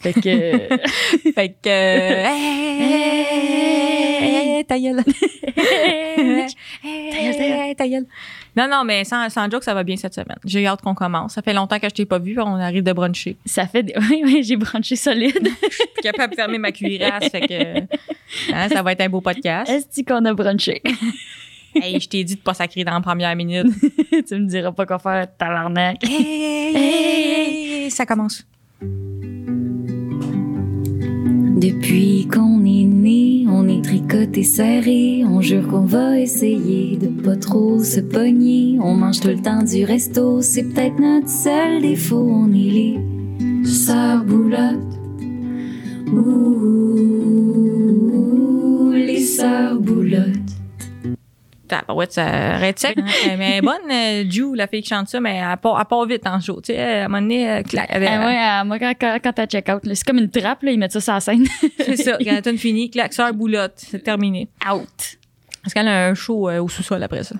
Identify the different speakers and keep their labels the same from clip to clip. Speaker 1: Fait que.
Speaker 2: Fait que. euh, hey, hey, ta gueule.
Speaker 1: gueule, ta
Speaker 2: Hey, ta gueule. Non, non, mais sans, sans joke, ça va bien cette semaine. J'ai hâte qu'on commence. Ça fait longtemps que je t'ai pas vu, on arrive de bruncher.
Speaker 1: ça fait. Des... Oui, oui, j'ai branché solide.
Speaker 2: Je suis capable de fermer ma cuirasse, fait que hein, ça va être un beau podcast.
Speaker 1: Est-ce qu'on a brunché?
Speaker 2: Hey, je t'ai dit de pas sacrer dans la première minute.
Speaker 1: tu me diras pas quoi faire, tabarnak.
Speaker 2: ça commence.
Speaker 3: Depuis qu'on est né, on est tricoté serré, on jure qu'on va essayer de pas trop se pogner, on mange tout le temps du resto, c'est peut-être notre seul défaut, on est les sœurs boulottes. Ouh, les sœurs boulottes.
Speaker 2: Tabarouette, ça arrête sec. hein. Mais bonne, euh, Ju, la fille qui chante ça, mais elle part, elle part vite en show. Tu sais, à un moment donné, euh, clac. elle-
Speaker 1: Ah ouais, ah, moi, quand, quand, quand t'as check-out, là, c'est comme une trappe, là, ils mettent ça sur la scène.
Speaker 2: C'est ça, quand la tune finie, clac, sœur boulotte, c'est terminé.
Speaker 1: Out.
Speaker 2: Parce qu'elle a un show euh, au sous-sol après ça.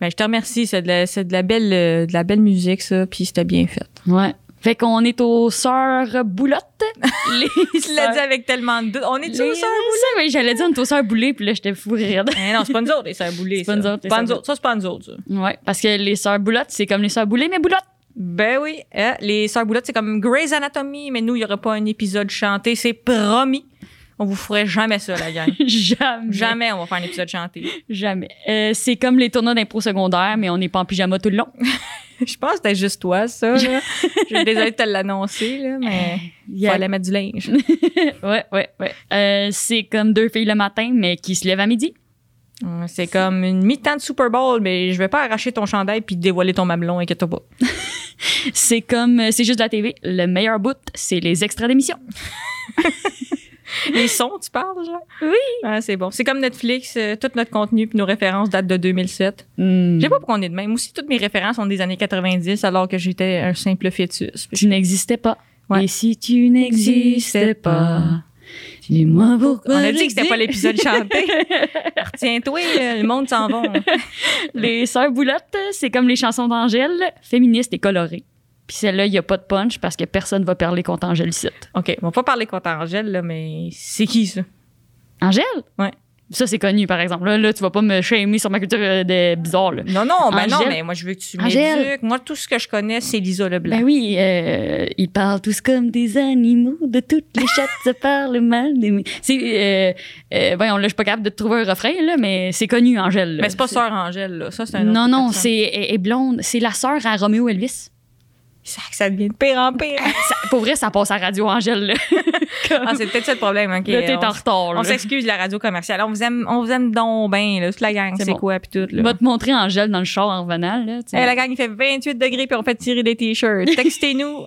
Speaker 2: ben, je te remercie, c'est de la, c'est de la belle, euh, de la belle musique, ça, puis c'était bien fait.
Speaker 1: Ouais. Fait qu'on est aux sœurs boulottes. Les
Speaker 2: Tu l'as dit avec tellement de doute. On est
Speaker 1: Les-
Speaker 2: tous aux sœurs
Speaker 1: Ça, mais j'allais dire on est aux sœurs boulées, puis là, j'étais fou rire.
Speaker 2: Eh non, c'est pas nous autres, les sœurs boulées.
Speaker 1: C'est pas
Speaker 2: ça.
Speaker 1: nous autres, les
Speaker 2: Pas nous
Speaker 1: sœurs
Speaker 2: autres. Ça, c'est pas nous autres, ça.
Speaker 1: Ouais, parce que les sœurs boulottes, c'est comme les sœurs boulées, mais boulottes.
Speaker 2: Ben oui, hein, les sœurs boulottes, c'est comme Grey's Anatomy, mais nous, il n'y aura pas un épisode chanté, c'est promis. On vous ferait jamais ça, la gang.
Speaker 1: Jamais.
Speaker 2: jamais on va faire un épisode chanté.
Speaker 1: Jamais. Euh, c'est comme les tournois d'impro secondaire, mais on n'est pas en pyjama tout le long.
Speaker 2: Je pense que c'était juste toi, ça. Là. Je suis désolée de te l'annoncer, là, mais il fallait mettre du linge.
Speaker 1: Ouais, ouais, ouais. Euh, c'est comme deux filles le matin, mais qui se lèvent à midi.
Speaker 2: Hum, C'est comme une mi-temps de Super Bowl, mais je vais pas arracher ton chandail puis dévoiler ton mamelon, inquiète-toi pas.
Speaker 1: C'est comme, euh, c'est juste de la TV. Le meilleur bout, c'est les extras d'émissions.
Speaker 2: Les sons, tu parles, genre? Oui. c'est bon. C'est comme Netflix, euh, tout notre contenu puis nos références datent de 2007. Je sais pas pourquoi on est de même. Moi aussi, toutes mes références sont des années 90, alors que j'étais un simple fœtus. Puis
Speaker 1: Tu n'existais pas.
Speaker 2: Ouais.
Speaker 1: Et si tu n'existais pas, dis-moi
Speaker 2: On
Speaker 1: pourquoi.
Speaker 2: a dit que c'était pas
Speaker 1: j'existe.
Speaker 2: l'épisode chanté. Retiens-toi, là, le monde s'en va.
Speaker 1: Les sœurs boulottes, c'est comme les chansons d'Angèle, féministes et colorées. Puis celle-là, il n'y a pas de punch parce que personne va parler contre Angèle ici.
Speaker 2: OK, on va pas parler contre Angèle, là, mais c'est qui, ça?
Speaker 1: Angèle?
Speaker 2: Ouais.
Speaker 1: Ça, c'est connu, par exemple. Là, là, tu vas pas me shamer sur ma culture euh, de bizarre, là.
Speaker 2: Non, non, ben non,
Speaker 1: Angèle.
Speaker 2: mais moi, je veux que tu
Speaker 1: Angèle.
Speaker 2: m'éduques. Moi, tout ce que je connais, c'est Lisa Leblanc.
Speaker 1: Ben oui, euh, ils parlent tous comme des animaux, de toutes les chattes se parlent mal. des- C'est, euh, euh, voyons, là, je suis pas capable de te trouver un refrain, là, mais c'est connu, Angèle. là.
Speaker 2: Mais c'est pas Sœur Angèle, là. Ça, c'est un autre
Speaker 1: Ben, Non, non,
Speaker 2: accent.
Speaker 1: c'est elle est blonde. C'est la sœur à Roméo Elvis.
Speaker 2: Ça, ça devient de pire en pire.
Speaker 1: Ça- pour vrai, ça passe à Radio Angèle, là. Comme-
Speaker 2: Ah, c'est peut-être ça le problème. OK.
Speaker 1: là, t'es en
Speaker 2: on
Speaker 1: retard,
Speaker 2: on
Speaker 1: là.
Speaker 2: s'excuse, la radio commerciale. On vous aime, on vous aime donc bien, là. Toute la gang,
Speaker 1: C'est
Speaker 2: c'est
Speaker 1: bon.
Speaker 2: quoi, puis tout, là.
Speaker 1: Va te montrer Angèle dans le char en revenant, là. tu sais.
Speaker 2: Hey, la gang, il fait 28 degrés, puis on fait tirer des t-shirts. Textez-nous.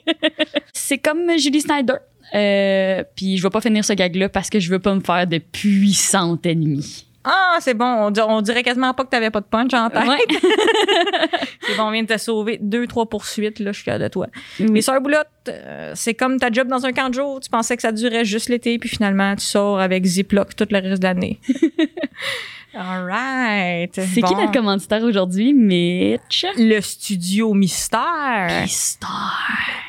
Speaker 1: C'est comme Julie Snyder. Euh, puis je vais pas finir ce gag-là parce que je veux pas me faire de puissante ennemie.
Speaker 2: Ah, c'est bon. On, di- on dirait quasiment pas que t'avais pas de punch en tête.
Speaker 1: Ouais.
Speaker 2: C'est bon, on vient de te sauver deux, trois poursuites, là. Je suis fière de toi.
Speaker 1: Oui.
Speaker 2: Les sœurs boulottes, euh, c'est comme ta job dans un camp de jour. Tu pensais que ça durait juste l'été, puis finalement, tu sors avec Ziploc tout le reste de l'année. All right.
Speaker 1: C'est qui
Speaker 2: Bon.
Speaker 1: notre commanditaire aujourd'hui, Mitch?
Speaker 2: le studio mystère.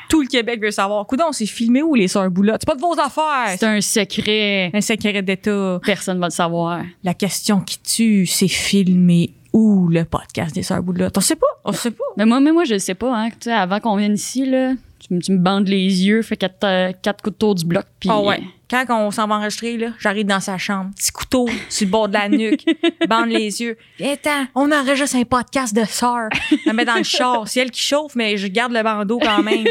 Speaker 2: Tout le Québec veut savoir. Coudon, c'est filmé où les sœurs Boulotte? C'est pas de vos affaires.
Speaker 1: C'est un secret.
Speaker 2: Un secret d'État.
Speaker 1: Personne va le savoir.
Speaker 2: La question qui tue, c'est filmé où le podcast des sœurs Boulotte? On sait pas. On sait pas.
Speaker 1: Mais moi, mais moi je le sais pas. Hein, que, tu sais, avant qu'on vienne ici, là, tu, me- tu me bandes les yeux, fais quatre, euh, quatre coups de tour du bloc. Puis,
Speaker 2: Ah ouais. Quand on s'en va enregistrer, là, j'arrive dans sa chambre, petit couteau sur le bord de la nuque, bande les yeux. Eh, Attends, on enregistre un podcast de sœurs. Je la mets dans le char. C'est elle qui chauffe, mais je garde le bandeau quand même.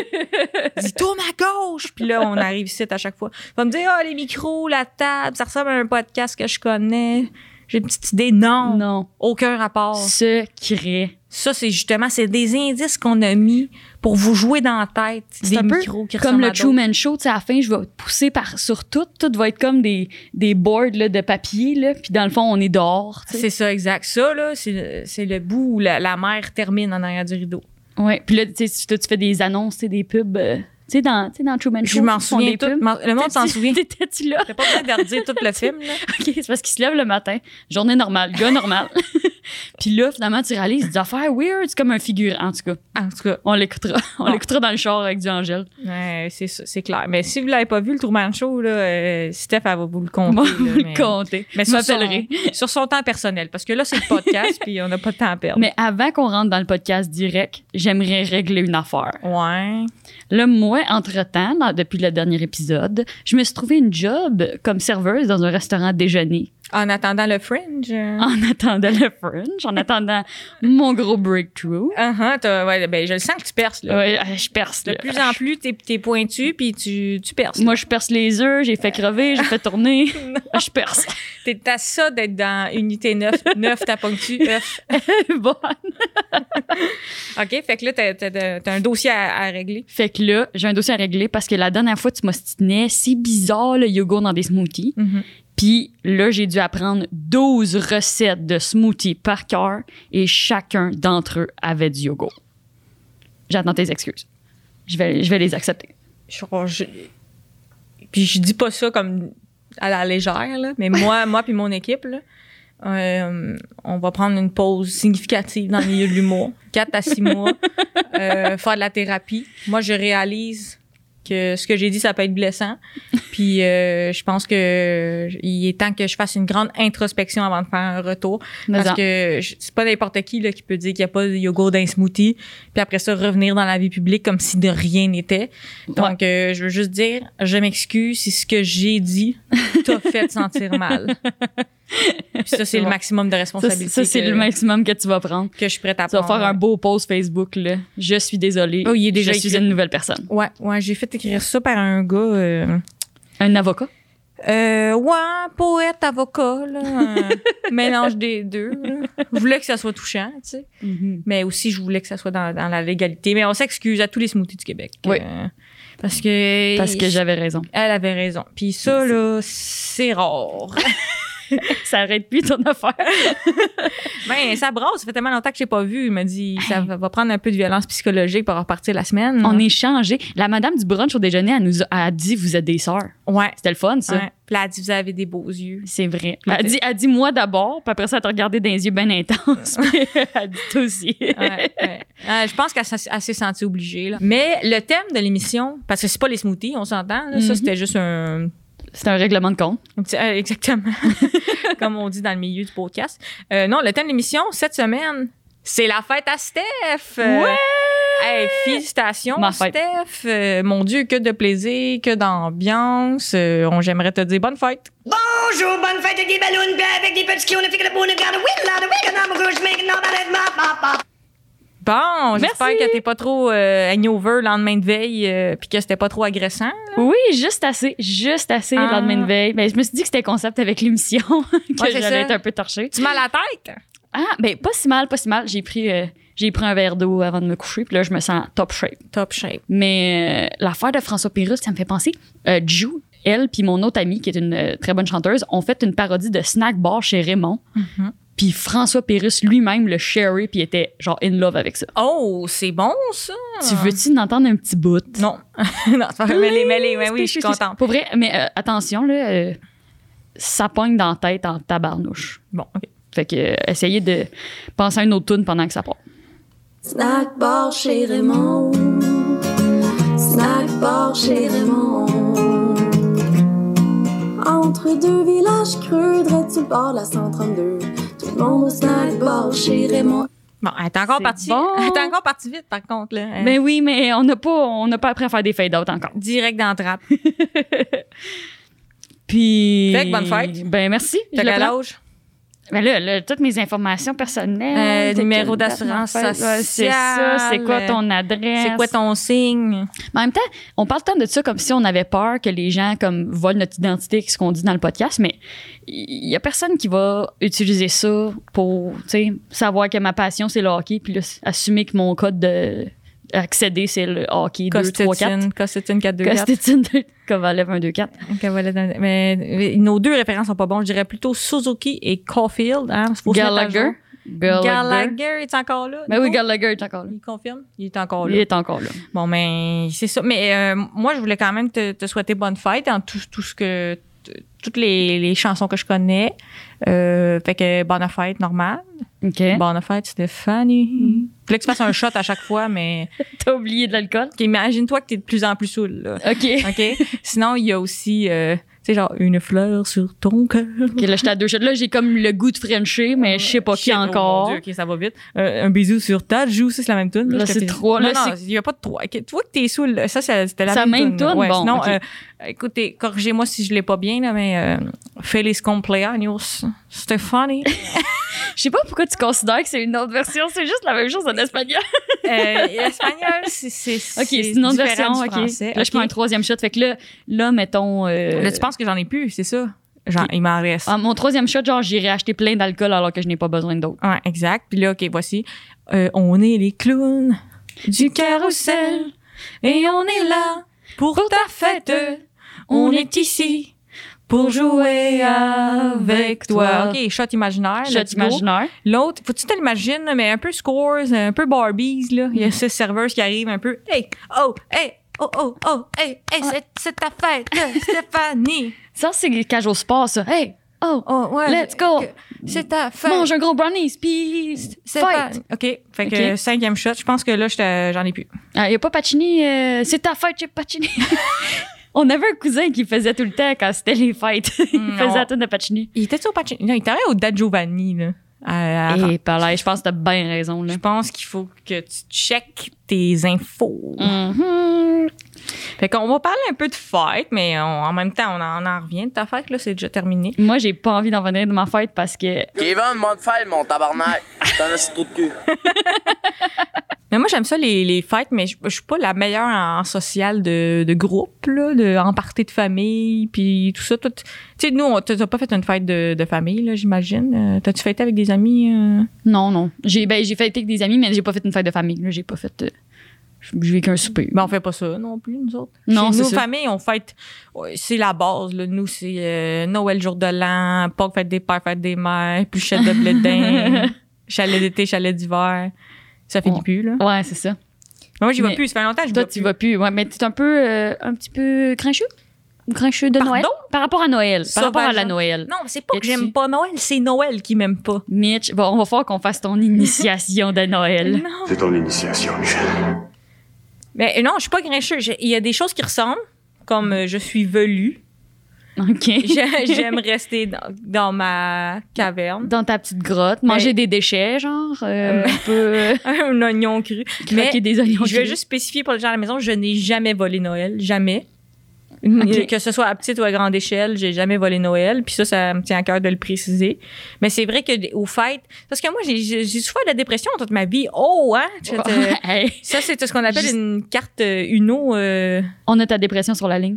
Speaker 2: Dis tourne à gauche. Puis là, on arrive ici à chaque fois. Va me dire, ah, les micros, la table, ça ressemble à un podcast que je connais. J'ai une petite idée. Non,
Speaker 1: euh, Non.
Speaker 2: aucun
Speaker 1: Ah.
Speaker 2: rapport.
Speaker 1: Secret.
Speaker 2: Ça, c'est justement, c'est des indices qu'on a mis pour vous jouer dans la tête.
Speaker 1: C'est
Speaker 2: Des
Speaker 1: un peu
Speaker 2: micros qui
Speaker 1: Comme
Speaker 2: ressemblent
Speaker 1: le
Speaker 2: à d'autres.
Speaker 1: Truman Show, tu sais, à la fin, je vais te pousser par, sur tout. Tout va être comme des, des boards là, de papier, là, puis dans le fond, on est dehors. tu sais.
Speaker 2: C'est ça, exact. Ça, là, c'est le- c'est le bout où la, la mer termine en arrière du rideau.
Speaker 1: Ouais. Puis là, tu sais, tu tu fais des annonces, tu sais, des pubs. euh, sais, dans, tu sais, dans Truman Show.
Speaker 2: Je m'en
Speaker 1: ils font
Speaker 2: souviens
Speaker 1: des
Speaker 2: tout.
Speaker 1: pubs.
Speaker 2: Le monde s'en
Speaker 1: T'étais-tu-
Speaker 2: souvient.
Speaker 1: T'étais-tu là?
Speaker 2: T'as pas besoin de redire tout le film, là.
Speaker 1: OK, c'est parce qu'il se lève le matin. Journée normale, gars normal. Puis là, finalement, tu réalises des affaires weird. C'est comme un figure, en tout cas.
Speaker 2: En tout cas,
Speaker 1: On l'écoutera. On
Speaker 2: Bon.
Speaker 1: l'écoutera dans le char avec du Angèle.
Speaker 2: ouais, c'est ça, c'est clair. Mais si vous l'avez pas vu, le Truman Show, là, euh, Steph, elle va vous le conter.
Speaker 1: Moi,
Speaker 2: là,
Speaker 1: vous le
Speaker 2: mais-
Speaker 1: comptez. Mais
Speaker 2: mais sur
Speaker 1: m'appellerez.
Speaker 2: Sur son temps personnel, parce que là, c'est le podcast, puis on n'a pas de temps à perdre.
Speaker 1: Mais avant qu'on rentre dans le podcast direct, j'aimerais régler une affaire.
Speaker 2: Ouais.
Speaker 1: Là, moi, entre-temps, dans- depuis le dernier épisode, je me suis trouvé une job comme serveuse dans un restaurant à déjeuner
Speaker 2: En attendant le Fringe. euh,
Speaker 1: en attendant le Fringe, en attendant mon gros breakthrough.
Speaker 2: Ah, ah, t'as- ouais, ben, je le sens que tu perces, là.
Speaker 1: Ouais, euh, je perce.
Speaker 2: De
Speaker 1: là.
Speaker 2: plus en plus, t'es, t'es pointu, puis tu, tu perces.
Speaker 1: Moi, je perce les œufs, j'ai fait crever, j'ai fait tourner. Ah, je perce.
Speaker 2: T'es à ça d'être dans unité 9. 9, t'as ponctu, F.
Speaker 1: Bon.
Speaker 2: OK, fait que là, t'as, t'as- t'as- t'as un dossier à, à régler.
Speaker 1: Fait que là, j'ai un dossier à régler parce que la dernière fois, tu m'ostinais. C'est bizarre le yogourt dans des smoothies. Puis là, j'ai dû apprendre 12 recettes de smoothies par cœur et chacun d'entre eux avait du yogourt. J'attends tes excuses. Je vais, je vais les accepter.
Speaker 2: Genre, je- Puis je dis pas ça comme à la légère, là, mais moi, moi puis mon équipe, là, euh, on va prendre une pause significative dans le milieu de l'humour. 4 à 6 mois. euh, faire de la thérapie. Moi, je réalise que ce que j'ai dit, ça peut être blessant. Puis euh, je pense que il est temps que je fasse une grande introspection avant de faire un retour.
Speaker 1: Mais en-
Speaker 2: Parce que je- c'est pas n'importe qui là, qui peut dire qu'il n'y a pas de yogourt dans un smoothie, puis après ça, revenir dans la vie publique comme si de rien n'était. Donc, euh, je veux juste dire, je m'excuse si ce que j'ai dit t'a fait sentir mal. Puis ça, c'est
Speaker 1: C'est
Speaker 2: le
Speaker 1: bon.
Speaker 2: maximum de
Speaker 1: ça,
Speaker 2: responsabilité
Speaker 1: c'est- ça, c'est
Speaker 2: que,
Speaker 1: le maximum que tu vas prendre.
Speaker 2: que je suis prête à
Speaker 1: Tu vas
Speaker 2: prendre.
Speaker 1: faire un beau post Facebook, là. Je suis désolée.
Speaker 2: Oh, il est déjà
Speaker 1: je suis
Speaker 2: écrit.
Speaker 1: une nouvelle personne.
Speaker 2: Ouais, ouais, j'ai fait écrire ça par un gars... euh,
Speaker 1: Un avocat.
Speaker 2: Euh, ouais, poète, avocat, là, un mélange des deux. là. Je voulais que ça soit touchant, tu sais. Mais aussi, je voulais que ça soit dans, dans la légalité. Mais on s'excuse à tous les smoothies du Québec.
Speaker 1: Oui.
Speaker 2: Euh, parce que.
Speaker 1: Parce que j'avais raison.
Speaker 2: Elle avait raison. Puis ça, là, c'est rare.
Speaker 1: Ça arrête plus ton affaire.
Speaker 2: ben, ça brasse. Ça fait tellement longtemps que je l'ai pas vu. Il m'a dit, ça va va prendre un peu de violence psychologique pour repartir la semaine.
Speaker 1: On est changé. La madame du brunch au déjeuner, elle nous a, elle a dit vous êtes des sœurs.
Speaker 2: Ouais.
Speaker 1: C'était le fun, ça.
Speaker 2: ouais. Puis là, elle dit, vous avez des beaux yeux.
Speaker 1: C'est vrai.
Speaker 2: Mais
Speaker 1: Elle
Speaker 2: t'es-
Speaker 1: dit, elle dit moi d'abord, puis après ça, elle t'a regardé dans les yeux bien intenses. puis elle dit toi aussi.
Speaker 2: Ouais, ouais. Euh, je pense qu'elle s'est elle s'est sentie obligée. Là. Mais le thème de l'émission, parce que c'est pas les smoothies, on s'entend. là. Ça,
Speaker 1: Mhm.
Speaker 2: c'était juste un,
Speaker 1: C'est un règlement de compte.
Speaker 2: un petit- euh, exactement, comme on dit dans le milieu du podcast. Euh, non, le thème de l'émission, cette semaine, c'est la fête à Steph! Euh,
Speaker 1: Ouais!
Speaker 2: hey, félicitations,
Speaker 1: Ma fête.
Speaker 2: Steph! Euh, mon Dieu, que de plaisir, que d'ambiance. Euh, on J'aimerais te dire bonne fête.
Speaker 4: Bonjour, bonne fête avec des ballons, ben, avec des petits kilos, on a fait que le bonne garde, oui, là, oui, que non, mon gauche, mais que non, ben, là, ma, ma, ma.
Speaker 2: Bon, j'espère
Speaker 1: Merci.
Speaker 2: que t'es pas trop euh, hangover le lendemain de veille euh, puis que c'était pas trop agressant.
Speaker 1: Oui, juste assez. Juste assez le
Speaker 2: Ah.
Speaker 1: lendemain de veille. Ben, je me suis dit que c'était concept avec l'émission, que
Speaker 2: Ouais, c'est ça.
Speaker 1: j'allais être un peu torchée.
Speaker 2: Tu mal à la tête?
Speaker 1: Ah, ben pas si mal, pas si mal. J'ai pris, euh, j'ai pris un verre d'eau avant de me coucher, puis là, je me sens top shape.
Speaker 2: Top shape.
Speaker 1: Mais euh, l'affaire de François Pérus, ça me fait penser. Euh, Ju, elle, puis mon autre amie, qui est une euh, très bonne chanteuse, ont fait une parodie de Snack Bar chez Raymond.
Speaker 2: Mhm.
Speaker 1: Puis François Pérus lui-même le sherry, puis était genre in love avec ça.
Speaker 2: Oh, c'est bon, ça!
Speaker 1: Tu veux-tu en entendre un petit bout?
Speaker 2: Non. non, c'est pas vrai. Mais les- mais les- mais Ben oui, je suis contente.
Speaker 1: Pour vrai, mais euh, attention, là, euh, ça pogne dans la tête en tabarnouche.
Speaker 2: Bon, OK.
Speaker 1: Fait que, euh, essayez de penser à une autre tune pendant que ça part.
Speaker 3: Snack bar chez Raymond. Snack bar chez Raymond. Entre deux villages creux, droit sur le bord de la 132. Tout le monde au snack bar chez Raymond.
Speaker 2: Bon, elle est encore
Speaker 1: C'est
Speaker 2: partie.
Speaker 1: bon.
Speaker 2: Elle est encore partie vite, par contre, là. Elle-
Speaker 1: Ben oui, mais on n'a pas, on n'a pas appris à faire des fade-out encore.
Speaker 2: Direct dans la trappe.
Speaker 1: Puis.
Speaker 2: Fait que bonne fête.
Speaker 1: Ben merci. Je
Speaker 2: T'as
Speaker 1: le
Speaker 2: quel
Speaker 1: prends.
Speaker 2: âge?
Speaker 1: Ben là, là, toutes mes informations personnelles.
Speaker 2: Euh,
Speaker 1: t'as
Speaker 2: numéro
Speaker 1: quelle date
Speaker 2: d'assurance
Speaker 1: d'enfance, ouais, C'est
Speaker 2: sociale,
Speaker 1: ça. C'est quoi euh, ton adresse?
Speaker 2: C'est quoi ton signe?
Speaker 1: Mais en même temps, on parle tant de ça comme si on avait peur que les gens comme volent notre identité, ce qu'on dit dans le podcast, mais il y a personne qui va utiliser ça pour, tu sais, savoir que ma passion c'est le hockey, puis là, assumer que mon code de accéder c'est le hockey 2 3 4.
Speaker 2: Costetine, Costetine 424.
Speaker 1: Costetine de Kovalev 1 2 4.
Speaker 2: Ok, voilà. euh, Mais mais nos deux références sont pas bonnes. Je dirais plutôt Suzuki et Caulfield. Hein? Faut se mettre à
Speaker 1: Gallagher.
Speaker 2: jour.
Speaker 1: Gallagher.
Speaker 2: Gallagher est encore là.
Speaker 1: Mais
Speaker 2: Nico?
Speaker 1: oui, Gallagher est encore là.
Speaker 2: Il confirme? Il est encore
Speaker 1: Il
Speaker 2: là.
Speaker 1: est encore là.
Speaker 2: Bon, mais c'est ça. Mais euh, moi, je voulais quand même te, te souhaiter bonne fête en tout, tout ce que. t- Toutes les, les chansons que je connais. Euh, fait que bonne fête, normal.
Speaker 1: OK.
Speaker 2: Bonne fête, Stéphanie. Faut que Mm-hmm. tu fasses un shot à chaque fois, mais.
Speaker 1: T'as oublié de l'alcool?
Speaker 2: Ok, Imagine-toi que t'es de plus en plus saoul, là.
Speaker 1: OK.
Speaker 2: OK? Sinon, il y a aussi, euh, tu sais, genre, une fleur sur ton cœur.
Speaker 1: OK, là, j'étais à deux shots. Là, j'ai comme le goût de Frencher, mais je sais pas qui
Speaker 2: Shit, oh mon
Speaker 1: encore.
Speaker 2: Dieu, OK, ça va vite. Euh, un bisou sur ta joue, ça, c'est la même tune.
Speaker 1: Là,
Speaker 2: je te
Speaker 1: c'est
Speaker 2: fais-
Speaker 1: trois.
Speaker 2: Non,
Speaker 1: Là,
Speaker 2: non, il n'y a pas de trois. OK, Tu vois que t'es saoul. là. Ça, ça- c'était la
Speaker 1: C'est la même
Speaker 2: là.
Speaker 1: tune?
Speaker 2: Ouais,
Speaker 1: Bon,
Speaker 2: sinon,
Speaker 1: OK.
Speaker 2: euh, écoutez, corrigez-moi si je l'ai pas bien, là, mais euh, Feliz cumpleaños, Stéphanie.
Speaker 1: Je sais pas pourquoi tu considères que c'est une autre version. C'est juste la même chose en espagnol.
Speaker 2: euh, L'espagnol, c'est c'est-
Speaker 1: OK,
Speaker 2: c'est
Speaker 1: c'est une autre
Speaker 2: différent
Speaker 1: version.
Speaker 2: du
Speaker 1: OK.
Speaker 2: français.
Speaker 1: Là, je
Speaker 2: OK.
Speaker 1: prends un troisième shot. Fait que là, là mettons. euh,
Speaker 2: Là, tu penses que j'en ai plus, c'est ça? Genre, il m'en reste.
Speaker 1: ah, mon troisième shot, genre, j'irai acheter plein d'alcool alors que je n'ai pas besoin d'autre.
Speaker 2: Ouais, exact. Puis là, OK, voici. Euh, on est les clowns du carrousel et on est là pour ta fête. On est ici pour jouer avec toi. OK, shot imaginaire.
Speaker 1: Shot
Speaker 2: let's go.
Speaker 1: imaginaire.
Speaker 2: L'autre, faut-tu te l'imagines, là, mais un peu Scores, un peu Barbies, là. Il y a ce serveur qui arrive un peu. Hey, oh, hey, oh, oh, oh, hey, hey, c'est- c'est ta fête, Stéphanie.
Speaker 1: Ça, c'est cage au sport, ça. Hey! Oh!
Speaker 2: Oh, ouais.
Speaker 1: Let's go.
Speaker 2: C'est ta fête.
Speaker 1: Mange un gros brownies, pis
Speaker 2: C'est
Speaker 1: fight!
Speaker 2: pas- OK. Fait que
Speaker 1: OK.
Speaker 2: euh, cinquième shot, je pense que là, j'étais- j'en ai plus.
Speaker 1: Ah, y a pas Pacini, euh, c'est ta fête, j'ai Pacini. On avait un cousin qui faisait tout le temps quand c'était les fêtes. Il
Speaker 2: Non.
Speaker 1: faisait la tune de Pacini.
Speaker 2: Il était au Pacini. Non, il était au Da Giovanni, là. Euh, à- à-
Speaker 1: Et par là, je pense que t'as bien raison, là.
Speaker 2: Je pense qu'il faut que tu checkes tes infos.
Speaker 1: Mhm.
Speaker 2: Fait qu'on va parler un peu de fête, mais on- en même temps, on en, on en revient de ta fête, là, c'est déjà terminé.
Speaker 1: Moi, j'ai pas envie d'en venir de ma fête parce que.
Speaker 5: Kevin, monte faire mon tabarnak. T'en as trop de cul.
Speaker 2: Mais moi, j'aime ça, les, les fêtes, mais je, je suis pas la meilleure en social de, de groupe, là, de, en partie de famille, puis tout ça. tout- Tu sais, nous, on- t'as t'as pas fait une fête de, de famille, là, j'imagine. Euh, T'as-tu fêté avec des amis? euh?
Speaker 1: Non, non. J'ai ben, j'ai fêté avec des amis, mais j'ai pas fait une fête de famille. là. J'ai pas fait. euh, J'ai vécu un souper.
Speaker 2: Ben, on fait pas ça non plus, nous autres.
Speaker 1: Non,
Speaker 2: Chez
Speaker 1: c'est
Speaker 2: nous,
Speaker 1: ça.
Speaker 2: famille, on fête. ouais, C'est la base, là. Nous, c'est euh, Noël, jour de l'an, Pâques, fête des pères, fête des mères, pluchette de blé de daim, chalet d'été, chalet d'hiver. Ça finit
Speaker 1: On-
Speaker 2: plus, là.
Speaker 1: Ouais, c'est ça.
Speaker 2: Mais moi, j'y vais
Speaker 1: Mais
Speaker 2: plus. Ça fait longtemps que je
Speaker 1: Toi,
Speaker 2: vais
Speaker 1: tu
Speaker 2: plus.
Speaker 1: vas plus. Ouais, mais t'es un peu. euh, un petit peu grincheux? Grincheux de
Speaker 2: Pardon?
Speaker 1: Noël? Par rapport à Noël. Par
Speaker 2: Sauvage.
Speaker 1: rapport à la Noël.
Speaker 2: Non, c'est pas
Speaker 1: Y
Speaker 2: que
Speaker 1: a-tu-
Speaker 2: j'aime pas Noël, c'est Noël qui m'aime pas.
Speaker 1: Mitch, bon, on va falloir qu'on fasse ton initiation de Noël.
Speaker 2: Non.
Speaker 6: C'est ton initiation, Michel.
Speaker 2: Mais euh, non, je suis pas grincheux. Je- Il y a des choses qui ressemblent, comme euh, je suis velu.
Speaker 1: OK.
Speaker 2: J'aime rester dans, dans ma caverne.
Speaker 1: Dans ta petite grotte, manger
Speaker 2: Mais-
Speaker 1: des déchets, genre, euh, un peu
Speaker 2: Un oignon cru. Mais-
Speaker 1: croquer des oignons.
Speaker 2: Je vais
Speaker 1: crus.
Speaker 2: juste spécifier pour les gens à la maison, je n'ai jamais volé Noël, jamais. Ni- Que ce soit à petite ou à grande échelle, j'ai jamais volé Noël. Puis ça, ça me tient à cœur de le préciser. Mais c'est vrai que d- aux fêtes, parce que moi, j'ai- j'ai j'ai souffert de la dépression toute ma vie. Oh, hein? Je te-
Speaker 1: Hey,
Speaker 2: Ça, c'est ce qu'on appelle
Speaker 1: Juste-
Speaker 2: une carte euh, Uno. euh,
Speaker 1: on a ta dépression sur la ligne.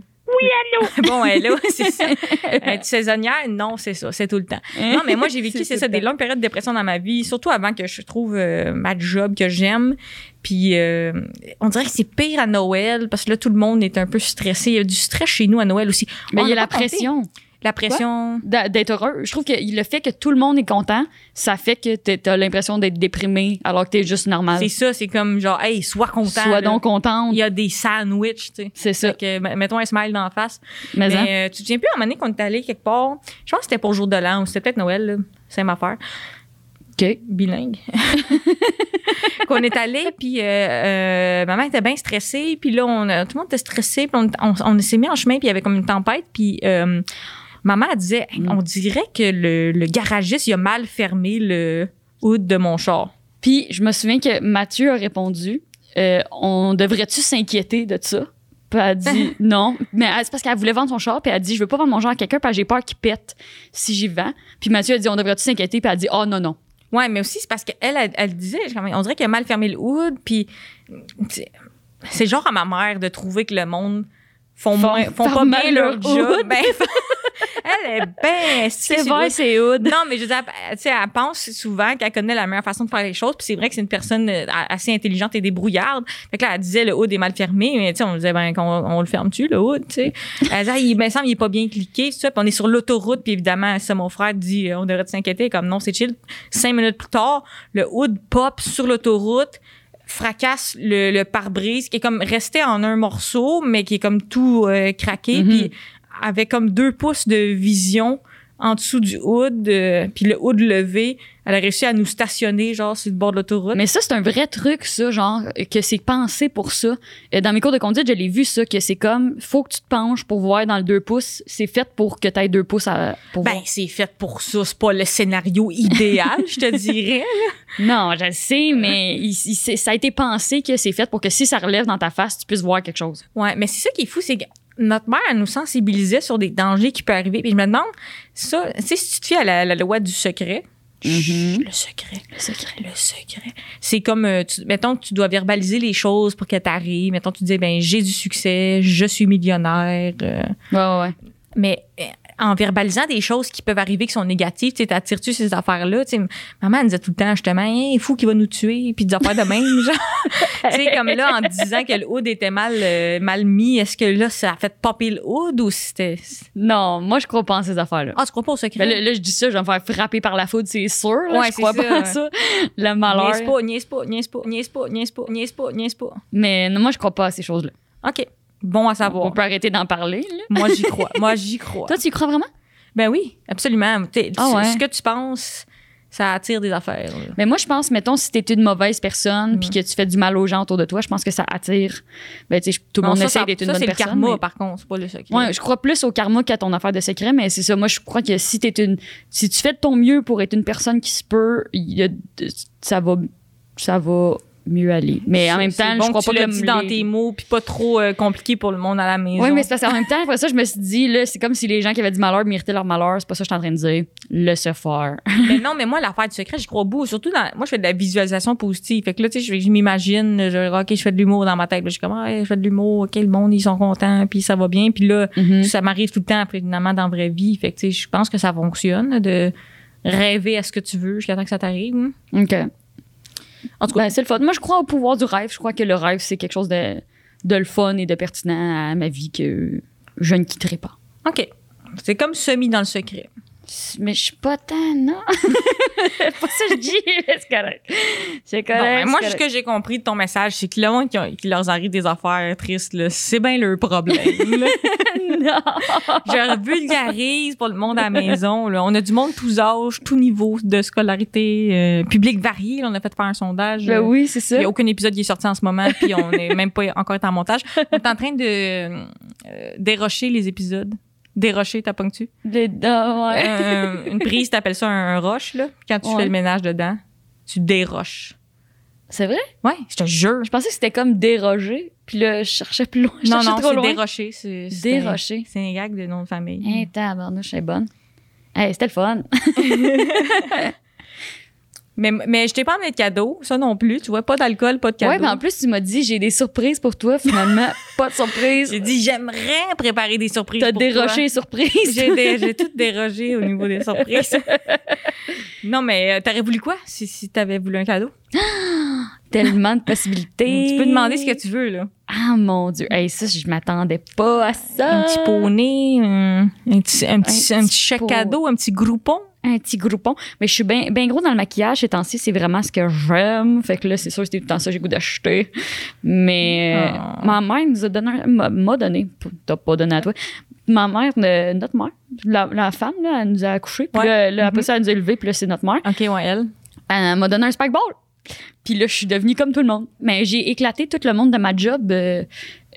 Speaker 2: Bon, elle là, c'est ça. Être saisonnière, non, c'est ça, c'est tout le temps. Non, mais moi, j'ai vécu,
Speaker 1: C'est
Speaker 2: Hein? c'est
Speaker 1: tout
Speaker 2: ça,
Speaker 1: le
Speaker 2: des
Speaker 1: temps.
Speaker 2: longues périodes de dépression dans ma vie, surtout avant que je trouve euh, ma job que j'aime. Puis, euh, on dirait que c'est pire à Noël, parce que là, tout le monde est un peu stressé. Il y a du stress chez nous à Noël aussi.
Speaker 1: Mais
Speaker 2: On
Speaker 1: il y a
Speaker 2: n'a
Speaker 1: la
Speaker 2: pas compté.
Speaker 1: pression
Speaker 2: La pression.
Speaker 1: d'a- d'être heureux. Je trouve que le fait que tout le monde est content, ça fait que t'es- t'as l'impression d'être déprimé alors que t'es juste normal.
Speaker 2: C'est ça, c'est comme genre, hey, sois content.
Speaker 1: Sois
Speaker 2: là.
Speaker 1: donc contente.
Speaker 2: Il y a des sandwichs, tu sais.
Speaker 1: C'est ça.
Speaker 2: Fait que, m- mettons un smile d'en face.
Speaker 1: Mais, hein.
Speaker 2: Mais euh, tu te souviens plus, à un moment donné, qu'on est allé quelque part, je pense que c'était pour jour de l'an, ou c'était peut-être Noël, là. c'est ma affaire.
Speaker 1: OK.
Speaker 2: bilingue. qu'on est allé, puis euh, euh, maman était bien stressée, puis là, on, a- tout le monde était stressé, puis on, on- on s'est mis en chemin, puis il y avait comme une tempête, puis euh, maman, elle disait, Hey,
Speaker 1: Mm.
Speaker 2: on dirait que le, le garagiste, il a mal fermé le hood de mon char.
Speaker 1: Puis je me souviens que Mathieu a répondu euh, On devrait-tu s'inquiéter de ça Puis elle a dit non. Mais elle- c'est parce qu'elle voulait vendre son char, puis elle a dit Je veux pas vendre mon char à quelqu'un, parce que j'ai peur qu'il pète si j'y vends. Puis Mathieu a dit On devrait-tu s'inquiéter Puis elle a dit Oh non, non.
Speaker 2: Ouais, mais aussi, c'est parce qu'elle, elle, elle disait, je- on dirait qu'il a mal fermé le hood, puis c'est- c'est genre à ma mère de trouver que le monde font,
Speaker 1: Font-
Speaker 2: moins- font
Speaker 1: font
Speaker 2: pas
Speaker 1: mal
Speaker 2: bien leur
Speaker 1: leur
Speaker 2: job.
Speaker 1: hood.
Speaker 2: Ben, Elle est bien.
Speaker 1: C'est vrai, c'est Hood.
Speaker 2: Non, mais je veux dire, elle- tu sais, elle pense souvent qu'elle connaît la meilleure façon de faire les choses. Puis c'est vrai que c'est une personne euh, assez intelligente et débrouillarde. Fait que là, elle disait le hood est mal fermé. Mais tu sais, on disait, ben, qu'on on le ferme-tu, le hood, tu sais. Elle disait, ah, il me semble, il est pas bien cliqué. tout ça. Puis on est sur l'autoroute. Puis évidemment, ça, mon frère dit, euh, on devrait s'inquiéter. Comme non, c'est chill. Cinq minutes plus tard, le hood pop sur l'autoroute fracasse le, le pare-brise qui est comme resté en un morceau mais qui est comme tout euh, craqué
Speaker 1: Mhm.
Speaker 2: puis avait comme deux pouces de vision en dessous du hood, euh, puis le hood levé. Elle a réussi à nous stationner, genre, sur le bord de l'autoroute.
Speaker 1: Mais ça, c'est un vrai truc, ça, genre, que c'est pensé pour ça. Euh, Dans mes cours de conduite, je l'ai vu, ça, que c'est comme, faut que tu te penches pour voir dans le deux pouces. C'est fait pour que tu aies deux pouces à, pour
Speaker 2: Ben,
Speaker 1: voir.
Speaker 2: c'est fait pour ça. C'est pas le scénario idéal, je te dirais.
Speaker 1: Non, je le
Speaker 2: euh,
Speaker 1: sais, mais il- il- c'est- ça a été pensé que c'est fait pour que si ça relève dans ta face, tu puisses voir quelque chose.
Speaker 2: Ouais, mais c'est ça qui est fou, c'est que notre mère, elle nous sensibilisait sur des dangers qui peuvent arriver. Puis je me demande, ça, tu sais, si tu te fies à la, la loi du secret, Chut, le secret,
Speaker 1: Le secret.
Speaker 2: le secret, c'est comme, euh, tu- mettons que tu dois verbaliser les choses pour qu'elles t'arrivent. Mettons, tu dis, ben, j'ai du succès, je suis millionnaire. euh,
Speaker 1: Ouais, ouais, ouais.
Speaker 2: mais euh, en verbalisant des choses qui peuvent arriver qui sont négatives, tu sais, t'attires-tu ces affaires-là? Tu sais, maman, elle disait tout le temps, justement, Hey, il faut qu'il va nous tuer, puis des affaires de même, genre. tu sais, comme là, en disant que le hood était mal, euh, mal mis, est-ce que là, ça a fait popper le hood ou c'était.
Speaker 1: Non, moi, je crois pas en ces affaires-là.
Speaker 2: Ah, tu crois pas au secret?
Speaker 1: Ben là, là, je dis ça, je vais me faire frapper par la foudre, c'est sûr. là,
Speaker 2: Ouais,
Speaker 1: je crois
Speaker 2: c'est
Speaker 1: pas
Speaker 2: ça.
Speaker 1: à ça. Le malheur.
Speaker 2: Niaise pas, niaise pas, niaise pas, niaise pas, niaise pas, niaise pas, niaise pas.
Speaker 1: Mais non, moi, je crois pas à ces choses-là.
Speaker 2: OK. Bon à
Speaker 1: On
Speaker 2: savoir.
Speaker 1: peut arrêter d'en parler. là.
Speaker 2: Moi, j'y crois. Moi, j'y crois.
Speaker 1: Toi, tu y crois vraiment?
Speaker 2: Ben oui, absolument. T'es-
Speaker 1: Ah ouais.
Speaker 2: Ce que tu penses, ça attire des affaires. là.
Speaker 1: Mais moi, je pense, mettons, si t'es une mauvaise personne
Speaker 2: Mm.
Speaker 1: puis que tu fais du mal aux gens autour de toi, je pense que ça attire. Ben, tu sais, je- tout le
Speaker 2: Non,
Speaker 1: monde
Speaker 2: ça,
Speaker 1: essaie
Speaker 2: ça-
Speaker 1: d'être une
Speaker 2: ça,
Speaker 1: bonne
Speaker 2: c'est le
Speaker 1: personne.
Speaker 2: karma,
Speaker 1: mais-
Speaker 2: par contre, c'est pas le secret.
Speaker 1: Ouais, je crois plus au karma qu'à ton affaire de secret, mais c'est ça. Moi, je crois que si t'es une, si tu fais de ton mieux pour être une personne qui se peut, il y a de- ça va, ça va mieux aller. Mais en même
Speaker 2: C'est
Speaker 1: temps,
Speaker 2: bon
Speaker 1: je crois
Speaker 2: que
Speaker 1: pas
Speaker 2: tu
Speaker 1: que
Speaker 2: l'as
Speaker 1: le-
Speaker 2: dit dans
Speaker 1: les-
Speaker 2: tes mots, puis pas trop euh, compliqué pour le monde à la maison.
Speaker 1: Oui, mais c'est parce qu'en même temps, après ça, je me suis dit, là, c'est comme si les gens qui avaient du malheur méritaient leur malheur. C'est pas ça que je suis en train de dire. Laisse faire.
Speaker 2: Mais Ben non, mais moi, l'affaire du secret, j'y crois beaucoup. Surtout, dans, moi, je fais de la visualisation positive. Fait que là, tu sais, je, je m'imagine, je, OK, je fais de l'humour dans ma tête. Là, Je suis comme, ah, je fais de l'humour, OK, le monde, ils sont contents, puis ça va bien. Puis là,
Speaker 1: Mm.
Speaker 2: ça m'arrive tout le temps, après, finalement, dans la vraie vie. Fait que, tu sais, je pense que ça fonctionne là, de rêver à ce que tu veux jusqu'à temps que ça t'arrive. hein.
Speaker 1: OK.
Speaker 2: En tout cas,
Speaker 1: Ben, c'est le fun. Moi, je crois au pouvoir du rêve. Je crois que le rêve, c'est quelque chose de, de le fun et de pertinent à ma vie que je ne quitterai pas.
Speaker 2: OK. C'est comme semi dans le secret.
Speaker 1: Mais je suis pas tant, non? c'est pas ça que je dis, mais c'est correct. C'est
Speaker 2: Bon, ben,
Speaker 1: correct.
Speaker 2: moi,
Speaker 1: c'est
Speaker 2: ce
Speaker 1: correct.
Speaker 2: que j'ai compris de ton message, c'est que le monde qui, ont- qui leur arrive des affaires tristes, là, c'est bien leur problème. là.
Speaker 1: Non.
Speaker 2: je vulgarise pour le monde à la maison. là. On a du monde tous âges, tout niveau de scolarité, euh, public varié. là. on a fait faire un sondage.
Speaker 1: Ben
Speaker 2: euh,
Speaker 1: oui, c'est
Speaker 2: Il
Speaker 1: ça.
Speaker 2: n'y a aucun épisode qui est sorti en ce moment, puis on n'est même pas encore été en montage. On est en train de euh, dérocher les épisodes. Dérocher, t'as ponctu.
Speaker 1: Les dents, ouais.
Speaker 2: Euh, une prise, t'appelles ça un, un roche, là. Quand tu
Speaker 1: Ouais.
Speaker 2: fais le ménage dedans, tu déroches.
Speaker 1: C'est vrai?
Speaker 2: Ouais, je te jure.
Speaker 1: Je pensais que c'était comme déroger. Puis là, je cherchais plus loin. Je
Speaker 2: non,
Speaker 1: cherchais
Speaker 2: non,
Speaker 1: trop
Speaker 2: c'est
Speaker 1: loin.
Speaker 2: dérocher. C'est c'est-
Speaker 1: Dérocher. Hein.
Speaker 2: C'est un gag de nom de famille.
Speaker 1: Hey, tabarnouche, elle est bonne. Hey, c'était le fun.
Speaker 2: Mais, mais je t'ai pas amené de cadeau, ça non plus. Tu vois, pas d'alcool, pas de cadeau.
Speaker 1: Ouais, mais en plus, tu m'as dit, j'ai des surprises pour toi. Finalement, pas de surprise.
Speaker 2: J'ai dit, j'aimerais préparer des surprises.
Speaker 1: T'as
Speaker 2: pour toi.
Speaker 1: déroché les surprises.
Speaker 2: J'ai dé- j'ai tout dérogé au niveau des surprises. non, mais euh, t'aurais voulu quoi si, si t'avais voulu un cadeau?
Speaker 1: Tellement de possibilités.
Speaker 2: Tu peux demander ce que tu veux, là.
Speaker 1: Ah, mon Dieu. Hey, ça, je m'attendais pas à ça.
Speaker 2: Un petit poney, euh, un petit, un petit,
Speaker 1: Un
Speaker 2: un petit
Speaker 1: petit
Speaker 2: chèque
Speaker 1: pot-
Speaker 2: cadeau, un petit groupon.
Speaker 1: un petit groupon. Mais je suis bien ben gros dans le maquillage. Ces temps-ci, c'est vraiment ce que j'aime. Fait que là, c'est sûr, c'était tout le temps ça, j'ai goût d'acheter. Mais
Speaker 2: Ah.
Speaker 1: euh, ma mère nous a donné, un- m'a- m'a donné, p- t'as pas donné à toi. Ma mère, euh, notre mère, la, la femme, là, elle nous a accouchés. Puis
Speaker 2: Ouais. Mm-hmm.
Speaker 1: là, là, après ça, elle nous a élevés. Puis là, c'est notre mère.
Speaker 2: OK, ouais, elle.
Speaker 1: Elle m'a donné un spike ball. Puis là, je suis devenue comme tout le monde. Mais j'ai éclaté tout le monde de ma job euh,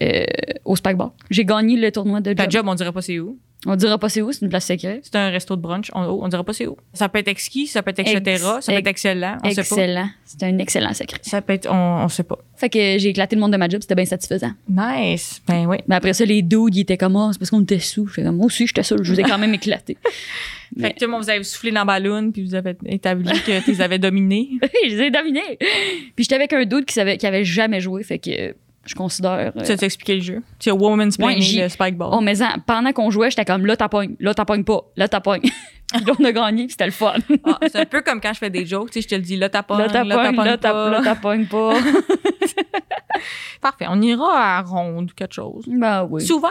Speaker 1: euh, au spike ball. J'ai gagné le tournoi de
Speaker 2: Ta
Speaker 1: job.
Speaker 2: job, on dirait pas c'est où.
Speaker 1: On dira pas c'est où, c'est une place secrète.
Speaker 2: C'est un resto de brunch, on, on dirait pas c'est où. Ça peut être exquis, ça peut être etc.,
Speaker 1: Ex-
Speaker 2: ça peut être excellent, on sait pas.
Speaker 1: Excellent. C'est un excellent secret.
Speaker 2: Ça peut être, on, on sait pas.
Speaker 1: Fait que j'ai éclaté le monde de ma job, c'était bien satisfaisant.
Speaker 2: Nice. Ben oui.
Speaker 1: Mais après ça, les dudes, ils étaient comme, ah, c'est parce qu'on était sous. J'étais comme, moi aussi, j'étais sous, je vous ai quand même éclaté.
Speaker 2: Fait que tout le monde, vous avez soufflé dans la ballon, puis vous avez établi que tu les avais dominés.
Speaker 1: je les ai dominés. Puis j'étais avec un dude qui savait, qui avait jamais joué, fait que je considère. euh,
Speaker 2: Tu as expliqué le jeu. Tu as Woman's
Speaker 1: Ouais,
Speaker 2: Play
Speaker 1: j'y-
Speaker 2: le Spike Ball.
Speaker 1: Oh, mais en- pendant qu'on jouait, j'étais comme là, t'appognes, là, t'appognes pas, là, t'appognes. Puis là, on a gagné, puis c'était le fun.
Speaker 2: Ah, c'est un peu comme quand je fais des jokes, tu sais, je te le dis, là t'as pas,
Speaker 1: Là, t'appognes, là,
Speaker 2: pas.
Speaker 1: t'app- là, t'appognes pas.
Speaker 2: Parfait, on ira à ronde ou quelque chose.
Speaker 1: ben oui.
Speaker 2: Souvent,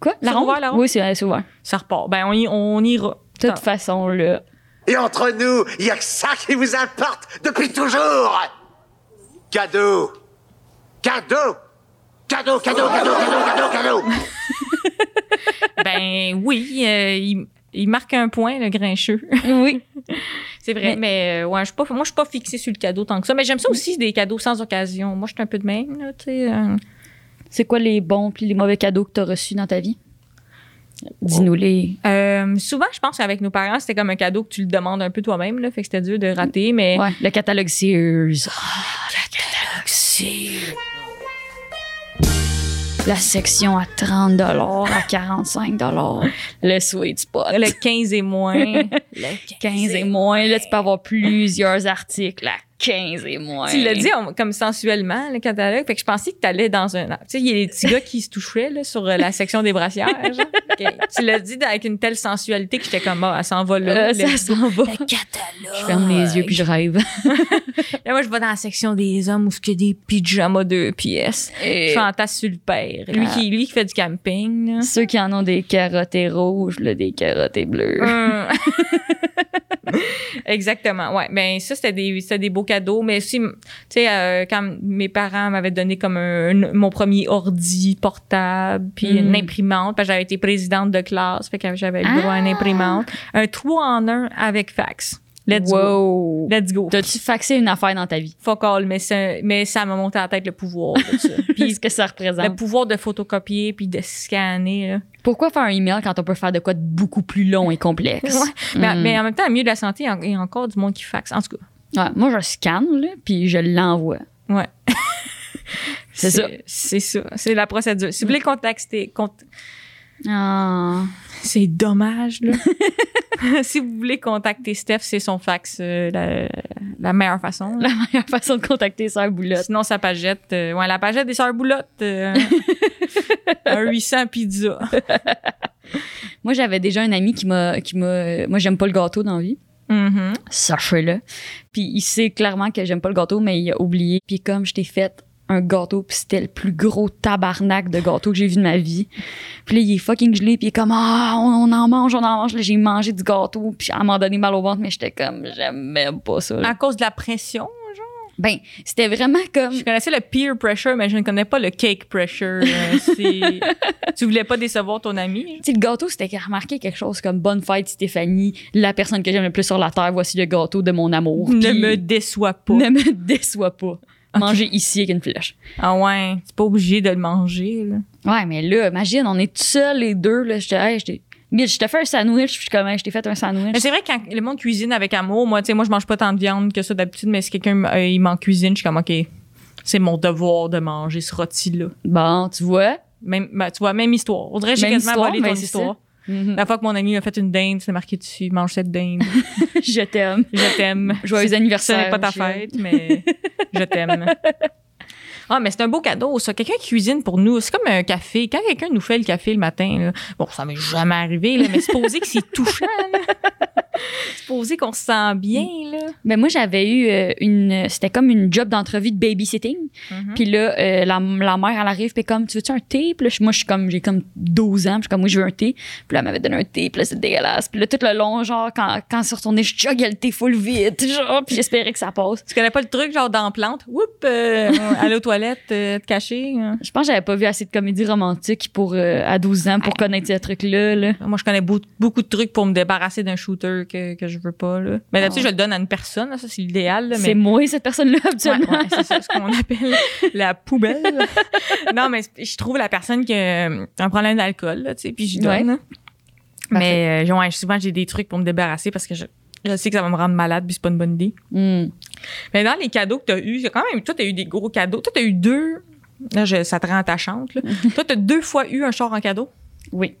Speaker 1: Quoi? La
Speaker 2: C'est
Speaker 1: ronde?
Speaker 2: ouvert, la ronde?
Speaker 1: Oui, c'est c'est ouvert.
Speaker 2: ça repart. Ben, on, y- on ira.
Speaker 1: De toute façon, là.
Speaker 6: Et entre nous, il n'y a que ça qui vous importe depuis toujours Cadeau Cadeau Cadeau, cadeau, cadeau, cadeau, cadeau, cadeau
Speaker 2: ben oui, euh, il, il marque un point, le grincheux.
Speaker 1: Oui.
Speaker 2: c'est vrai, mais, euh, ouais, je suis pas, moi, je suis pas fixée sur le cadeau tant que ça. Mais j'aime ça aussi, des cadeaux sans occasion. Moi, je suis un peu de même, là, tu sais. euh.
Speaker 1: C'est quoi les bons puis les mauvais cadeaux que t'as reçus dans ta vie? Dis-nous les.
Speaker 2: Euh, souvent, je pense qu'avec nos parents, c'était comme un cadeau que tu le demandes un peu toi-même, là, fait que c'était dur de rater, mais...
Speaker 1: Ouais, Ah, le catalogue Sears. La section à 30 à 45 Le sweet spot.
Speaker 2: Le 15 et moins.
Speaker 1: 15 et moins. Là, tu peux avoir plusieurs articles à 15 et moins.
Speaker 2: Tu l'as dit on- comme sensuellement, le catalogue. Fait que je pensais que t'allais dans un. Tu sais, il y a les petits gars qui se touchaient là, sur euh, la section des brassières. genre. Ok. Tu l'as dit avec une telle sensualité que j'étais comme, ah, elle s'en va là.
Speaker 1: Euh,
Speaker 2: là.
Speaker 1: ça s'en va. Je ferme les yeux puis je rêve.
Speaker 2: Là, moi, je vais dans la section des hommes où il y a des pyjamas de pièces.
Speaker 1: Et- Ah.
Speaker 2: Je fantasme sur le père. Lui, qui, lui qui fait du camping. là.
Speaker 1: Ceux qui en ont des carottes et rouges, là, des carottes et bleues.
Speaker 2: Hum. Exactement, ouais. Ben ça c'était des c'était des beaux cadeaux, mais aussi tu sais euh, quand mes parents m'avaient donné comme un, un- mon premier ordi portable, puis
Speaker 1: Mm.
Speaker 2: une imprimante, parce que j'avais été présidente de classe, fait que j'avais le droit
Speaker 1: Ah!
Speaker 2: à une imprimante, un 3 en 1 avec fax. Let's go.
Speaker 1: wow.
Speaker 2: Let's go.
Speaker 1: T'as-tu faxé une affaire dans ta vie?
Speaker 2: Fuck all, mais ça, mais ça m'a monté à la tête le pouvoir. de ça.
Speaker 1: Puis ce que ça
Speaker 2: le
Speaker 1: représente.
Speaker 2: pouvoir de photocopier puis de scanner. là.
Speaker 1: Pourquoi faire un email quand on peut faire de quoi de beaucoup plus long et complexe?
Speaker 2: Ouais. Mais,
Speaker 1: Mm.
Speaker 2: mais en même temps, mieux de la santé, il y a encore du monde qui faxe. En tout cas,
Speaker 1: Ouais, moi, je scanne, là, puis je l'envoie.
Speaker 2: Ouais.
Speaker 1: C'est ça. Mm.
Speaker 2: C'est ça. C'est la procédure. Si vous voulez contacter. cont-
Speaker 1: Ah.
Speaker 2: C'est dommage, là. si vous voulez contacter Steph, c'est son fax euh, la, la meilleure façon.
Speaker 1: La
Speaker 2: là.
Speaker 1: meilleure façon de contacter Sœur Boulotte.
Speaker 2: Sinon, sa pagette. euh, ouais, la pagette des sœurs Boulotte. euh, un 800 pizza.
Speaker 1: Moi, j'avais déjà un ami qui m'a... qui m'a- Moi, j'aime pas le gâteau dans la vie.
Speaker 2: Mhm.
Speaker 1: sachez-le. Puis il sait clairement que j'aime pas le gâteau, mais il a oublié. Puis comme je t'ai fait un gâteau, puis c'était le plus gros tabarnak de gâteau que j'ai vu de ma vie. Puis là, il est fucking gelé, puis il est comme « Ah, on, on en mange, on en mange. » Là, j'ai mangé du gâteau, puis à un moment donné, mal au ventre, mais j'étais comme « J'aime même pas ça. là.
Speaker 2: À cause de la pression.
Speaker 1: Ben, c'était vraiment comme...
Speaker 2: Je connaissais le peer pressure, mais je ne connais pas le cake pressure. euh, c'est- tu voulais pas décevoir ton ami.
Speaker 1: Tu sais, le gâteau, c'était remarqué quelque chose comme « Bonne fête, Stéphanie. La personne que j'aime le plus sur la Terre, voici le gâteau de mon amour. »
Speaker 2: Ne
Speaker 1: Puis,
Speaker 2: me déçois pas.
Speaker 1: Ne me déçois pas. Manger ici avec une flèche.
Speaker 2: Ah ouais, t'es pas obligé de le manger. Là.
Speaker 1: Ouais, mais là, imagine, on est tout seuls les deux. Là, je te, hey, je t'ai- Mitch, je te fais un sandwich. Puis je suis comme, Hey, je t'ai fait un sandwich.
Speaker 2: Mais c'est vrai que quand le monde cuisine avec amour, moi, tu sais, moi, je mange pas tant de viande que ça d'habitude, mais si quelqu'un euh, il m'en cuisine, je suis comme, OK, c'est mon devoir de manger ce rôti-là.
Speaker 1: Bon, tu vois.
Speaker 2: Même, ben, tu vois, même histoire. On dirait que j'ai
Speaker 1: Même
Speaker 2: quasiment
Speaker 1: histoire,
Speaker 2: volé ton
Speaker 1: ben, c'est
Speaker 2: histoire.
Speaker 1: Mhm.
Speaker 2: La fois que mon ami m'a fait une dinde, c'est marqué dessus, mange cette dinde.
Speaker 1: je t'aime.
Speaker 2: Je t'aime.
Speaker 1: Joyeux
Speaker 2: C'est-
Speaker 1: anniversaire,
Speaker 2: Ce n'est pas ta
Speaker 1: Michel.
Speaker 2: fête, mais je t'aime. Ah, mais c'est un beau cadeau, ça. Quelqu'un cuisine pour nous. C'est comme un café. Quand quelqu'un nous fait le café le matin, là, bon, ça m'est jamais arrivé, là, mais supposé que c'est touchant, là. Supposé qu'on se sent bien, là.
Speaker 1: Mais moi, j'avais eu euh, une. C'était comme une job d'entrevue de babysitting.
Speaker 2: Mm-hmm.
Speaker 1: Puis là, euh, la, la mère, elle arrive, puis comme, tu veux-tu un thé? Puis là, je- moi, je suis comme, j'ai comme 12 ans, puis je suis comme, oui, je veux un thé. Puis là, elle m'avait donné un thé, puis là, c'est dégueulasse. Puis là, tout le long, genre, quand, quand je suis retournée, je joguais le thé full vite, genre, puis j'espérais que ça passe.
Speaker 2: Tu connais pas le truc, genre, dans plante. Oups, euh, aller aux toilettes, euh, te cacher. hein.
Speaker 1: Je pense que j'avais pas vu assez de comédie romantique pour, euh, à 12 ans, pour connaître ce truc-là, là.
Speaker 2: Moi, je connais beau- beaucoup de trucs pour me débarrasser d'un shooter que, que je veux pas, là. Mais d'habitude, je le donne à une personne, là, ça, c'est l'idéal, là, mais-
Speaker 1: Ah C'est moi, cette personne-là,
Speaker 2: Ouais,
Speaker 1: habituellement.
Speaker 2: ouais, c'est ça ce qu'on appelle la poubelle. non, mais je trouve la personne qui a un problème d'alcool, là, tu sais, puis je donne.
Speaker 1: Ouais.
Speaker 2: là.
Speaker 1: Parfait.
Speaker 2: Mais euh, ouais, souvent, j'ai des trucs pour me débarrasser parce que je, je sais que ça va me rendre malade, puis c'est pas une bonne idée.
Speaker 1: Hmm.
Speaker 2: Mais dans les cadeaux que t'as eu, c'est quand même, toi, t'as eu des gros cadeaux. Toi, t'as eu deux. Là, je- ça te rend attachante. Là. toi, t'as deux fois eu un char en cadeau.
Speaker 1: Oui.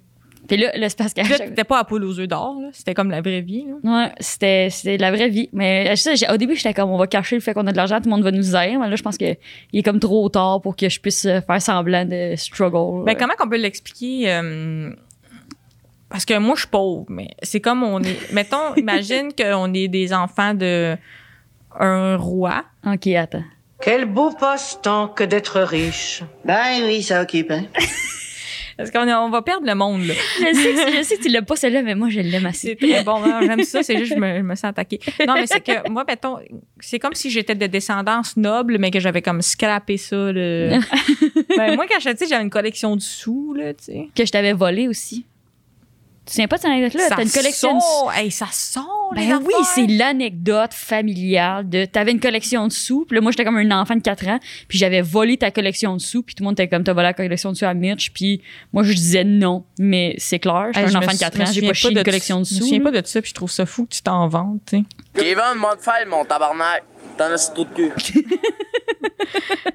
Speaker 1: Puis là, là c'est parce qu'à
Speaker 2: Puis là,
Speaker 1: chaque-
Speaker 2: t'étais pas à poule aux œufs d'or, là. C'était comme la vraie vie, là.
Speaker 1: Ouais, c'était c'était la vraie vie. Mais je sais, j'ai- au début, j'étais comme, on va cacher le fait qu'on a de l'argent, tout le monde va nous aider. Mais là, je pense qu'il est comme trop tard pour que je puisse euh, faire semblant de struggle.
Speaker 2: Ben, comment qu'on peut l'expliquer? euh, parce que moi, je suis pauvre, mais c'est comme on est. Mettons, imagine qu'on est des enfants de un roi.
Speaker 1: Euh, Ok, attends.
Speaker 7: Quel beau passe-temps que d'être riche.
Speaker 8: Ben oui, ça occupe, hein.
Speaker 2: Parce qu'on est- on va perdre le monde, là.
Speaker 1: Je sais, que tu- je sais que tu l'as pas celle-là, mais moi, je l'aime assez.
Speaker 2: C'est très bon. Non, J'aime ça, c'est juste que je me, je me sens attaquée. Non, mais c'est que moi, mettons, c'est comme si j'étais de descendance noble, mais que j'avais comme scrappé ça. Là. ben, moi, quand j'étais petite, j'avais une collection de sous, là, tu sais.
Speaker 1: Que je t'avais volé aussi. Tu te souviens pas de cette anecdote-là?
Speaker 2: ça
Speaker 1: T'as une collection de
Speaker 2: sort, hey, ça sort, les
Speaker 1: Ben oui,
Speaker 2: affaires.
Speaker 1: c'est l'anecdote familiale de t'avais une collection de sous, puis là, moi j'étais comme un enfant de 4 ans, puis j'avais volé ta collection de sous, puis tout le monde était comme t'as volé la collection de sous à Mitch, puis moi je disais non, mais c'est clair, j'étais
Speaker 2: Hey,
Speaker 1: un
Speaker 2: je
Speaker 1: enfant
Speaker 2: me
Speaker 1: de
Speaker 2: sou-
Speaker 1: 4
Speaker 2: me
Speaker 1: ans, j'ai
Speaker 2: souviens
Speaker 1: pas chié
Speaker 2: de
Speaker 1: une collection de
Speaker 2: Je me
Speaker 1: sous.
Speaker 2: souviens
Speaker 1: là.
Speaker 2: pas de ça, puis je trouve ça fou que tu t'en vantes, tu sais.
Speaker 5: Kevin, Montfall, mon tabarnak. T'en as ce trou de cul.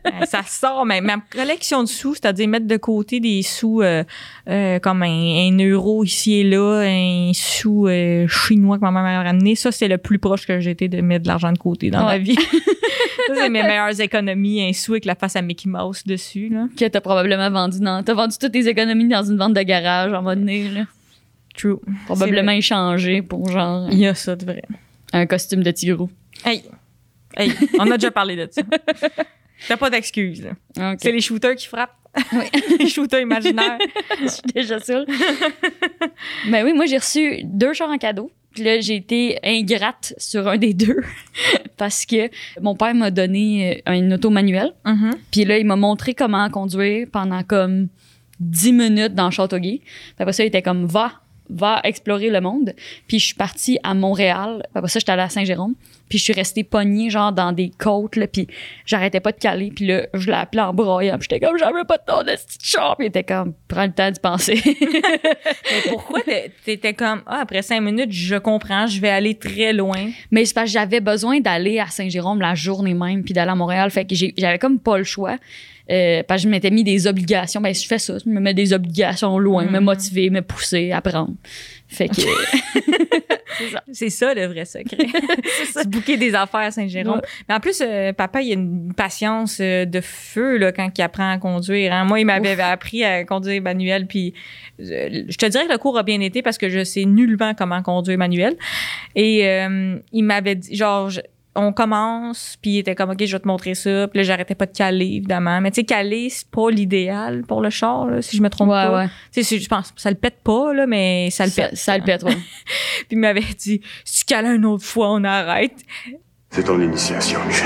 Speaker 2: Euh, ça sort, mais ma collection de sous, c'est-à-dire mettre de côté des sous euh, euh, comme un, un euro ici et là, un sou euh, chinois que ma mère m'a ramené, ça, c'est le plus proche que j'ai été de mettre de l'argent de côté dans ma
Speaker 1: Ouais.
Speaker 2: vie. ça, c'est mes meilleures économies, un sou avec la face à Mickey Mouse dessus. Là.
Speaker 1: Que t'as probablement vendu dans. T'as vendu toutes tes économies dans une vente de garage en mode nez, là.
Speaker 2: True.
Speaker 1: Probablement échangé pour genre
Speaker 2: Il y a ça de vrai.
Speaker 1: un costume de tigrou.
Speaker 2: Hey, hey on a déjà parlé de ça. T'as pas d'excuses. là.
Speaker 1: Ok.
Speaker 2: C'est les shooters qui frappent. les shooters imaginaires.
Speaker 1: Je suis déjà sûre. ben oui, moi, j'ai reçu deux chars en cadeau. Puis là, j'ai été ingrate sur un des deux parce que mon père m'a donné euh, un auto manuel.
Speaker 2: Mhm.
Speaker 1: Puis là, il m'a montré comment conduire pendant comme 10 minutes dans Châteauguay. Puis après ça, il était comme va, va explorer le monde. Puis je suis partie à Montréal. Puis après ça, j'étais allée à Saint-Jérôme. Puis je suis restée pognée, genre, dans des côtes, là. Puis j'arrêtais pas de caler. Puis là, je l'ai appelé en broyant. Puis j'étais comme, j'en veux pas de ton esti de char. Puis il était comme, prends le temps d'y penser.
Speaker 2: Mais pourquoi t'es- t'étais comme ah après cinq minutes je comprends je vais aller très loin.
Speaker 1: Mais c'est parce que j'avais besoin d'aller à Saint-Jérôme la journée même, puis d'aller à Montréal. Fait que j'ai- j'avais comme pas le choix. Euh, parce que je m'étais mis des obligations. Ben, je fais ça. Je me mets des obligations loin, me
Speaker 2: Mhm.
Speaker 1: motiver, me pousser, apprendre. Fait que.
Speaker 2: C'est ça le vrai secret. C'est bouquer des affaires à Saint-Jérôme.
Speaker 1: Ouais.
Speaker 2: Mais en plus euh, papa il a une patience euh, de feu là quand il apprend à conduire. hein. Moi il m'avait appris à conduire manuel puis euh, je te dirais que le cours a bien été parce que je sais nullement comment conduire manuel et euh, il m'avait dit genre je- on commence, puis il était comme, OK, je vais te montrer ça. Puis là, j'arrêtais pas de caler, évidemment. Mais tu sais, caler, c'est pas l'idéal pour le char, là, si je me trompe
Speaker 1: ouais,
Speaker 2: pas.
Speaker 1: ouais.
Speaker 2: Tu sais, c'est- je pense, ça le pète pas, là, mais ça le
Speaker 1: Ça,
Speaker 2: pète.
Speaker 1: ça le pète, ouais.
Speaker 2: Puis il m'avait dit, si tu cales une autre fois, on arrête.
Speaker 9: C'est ton initiation, Michel.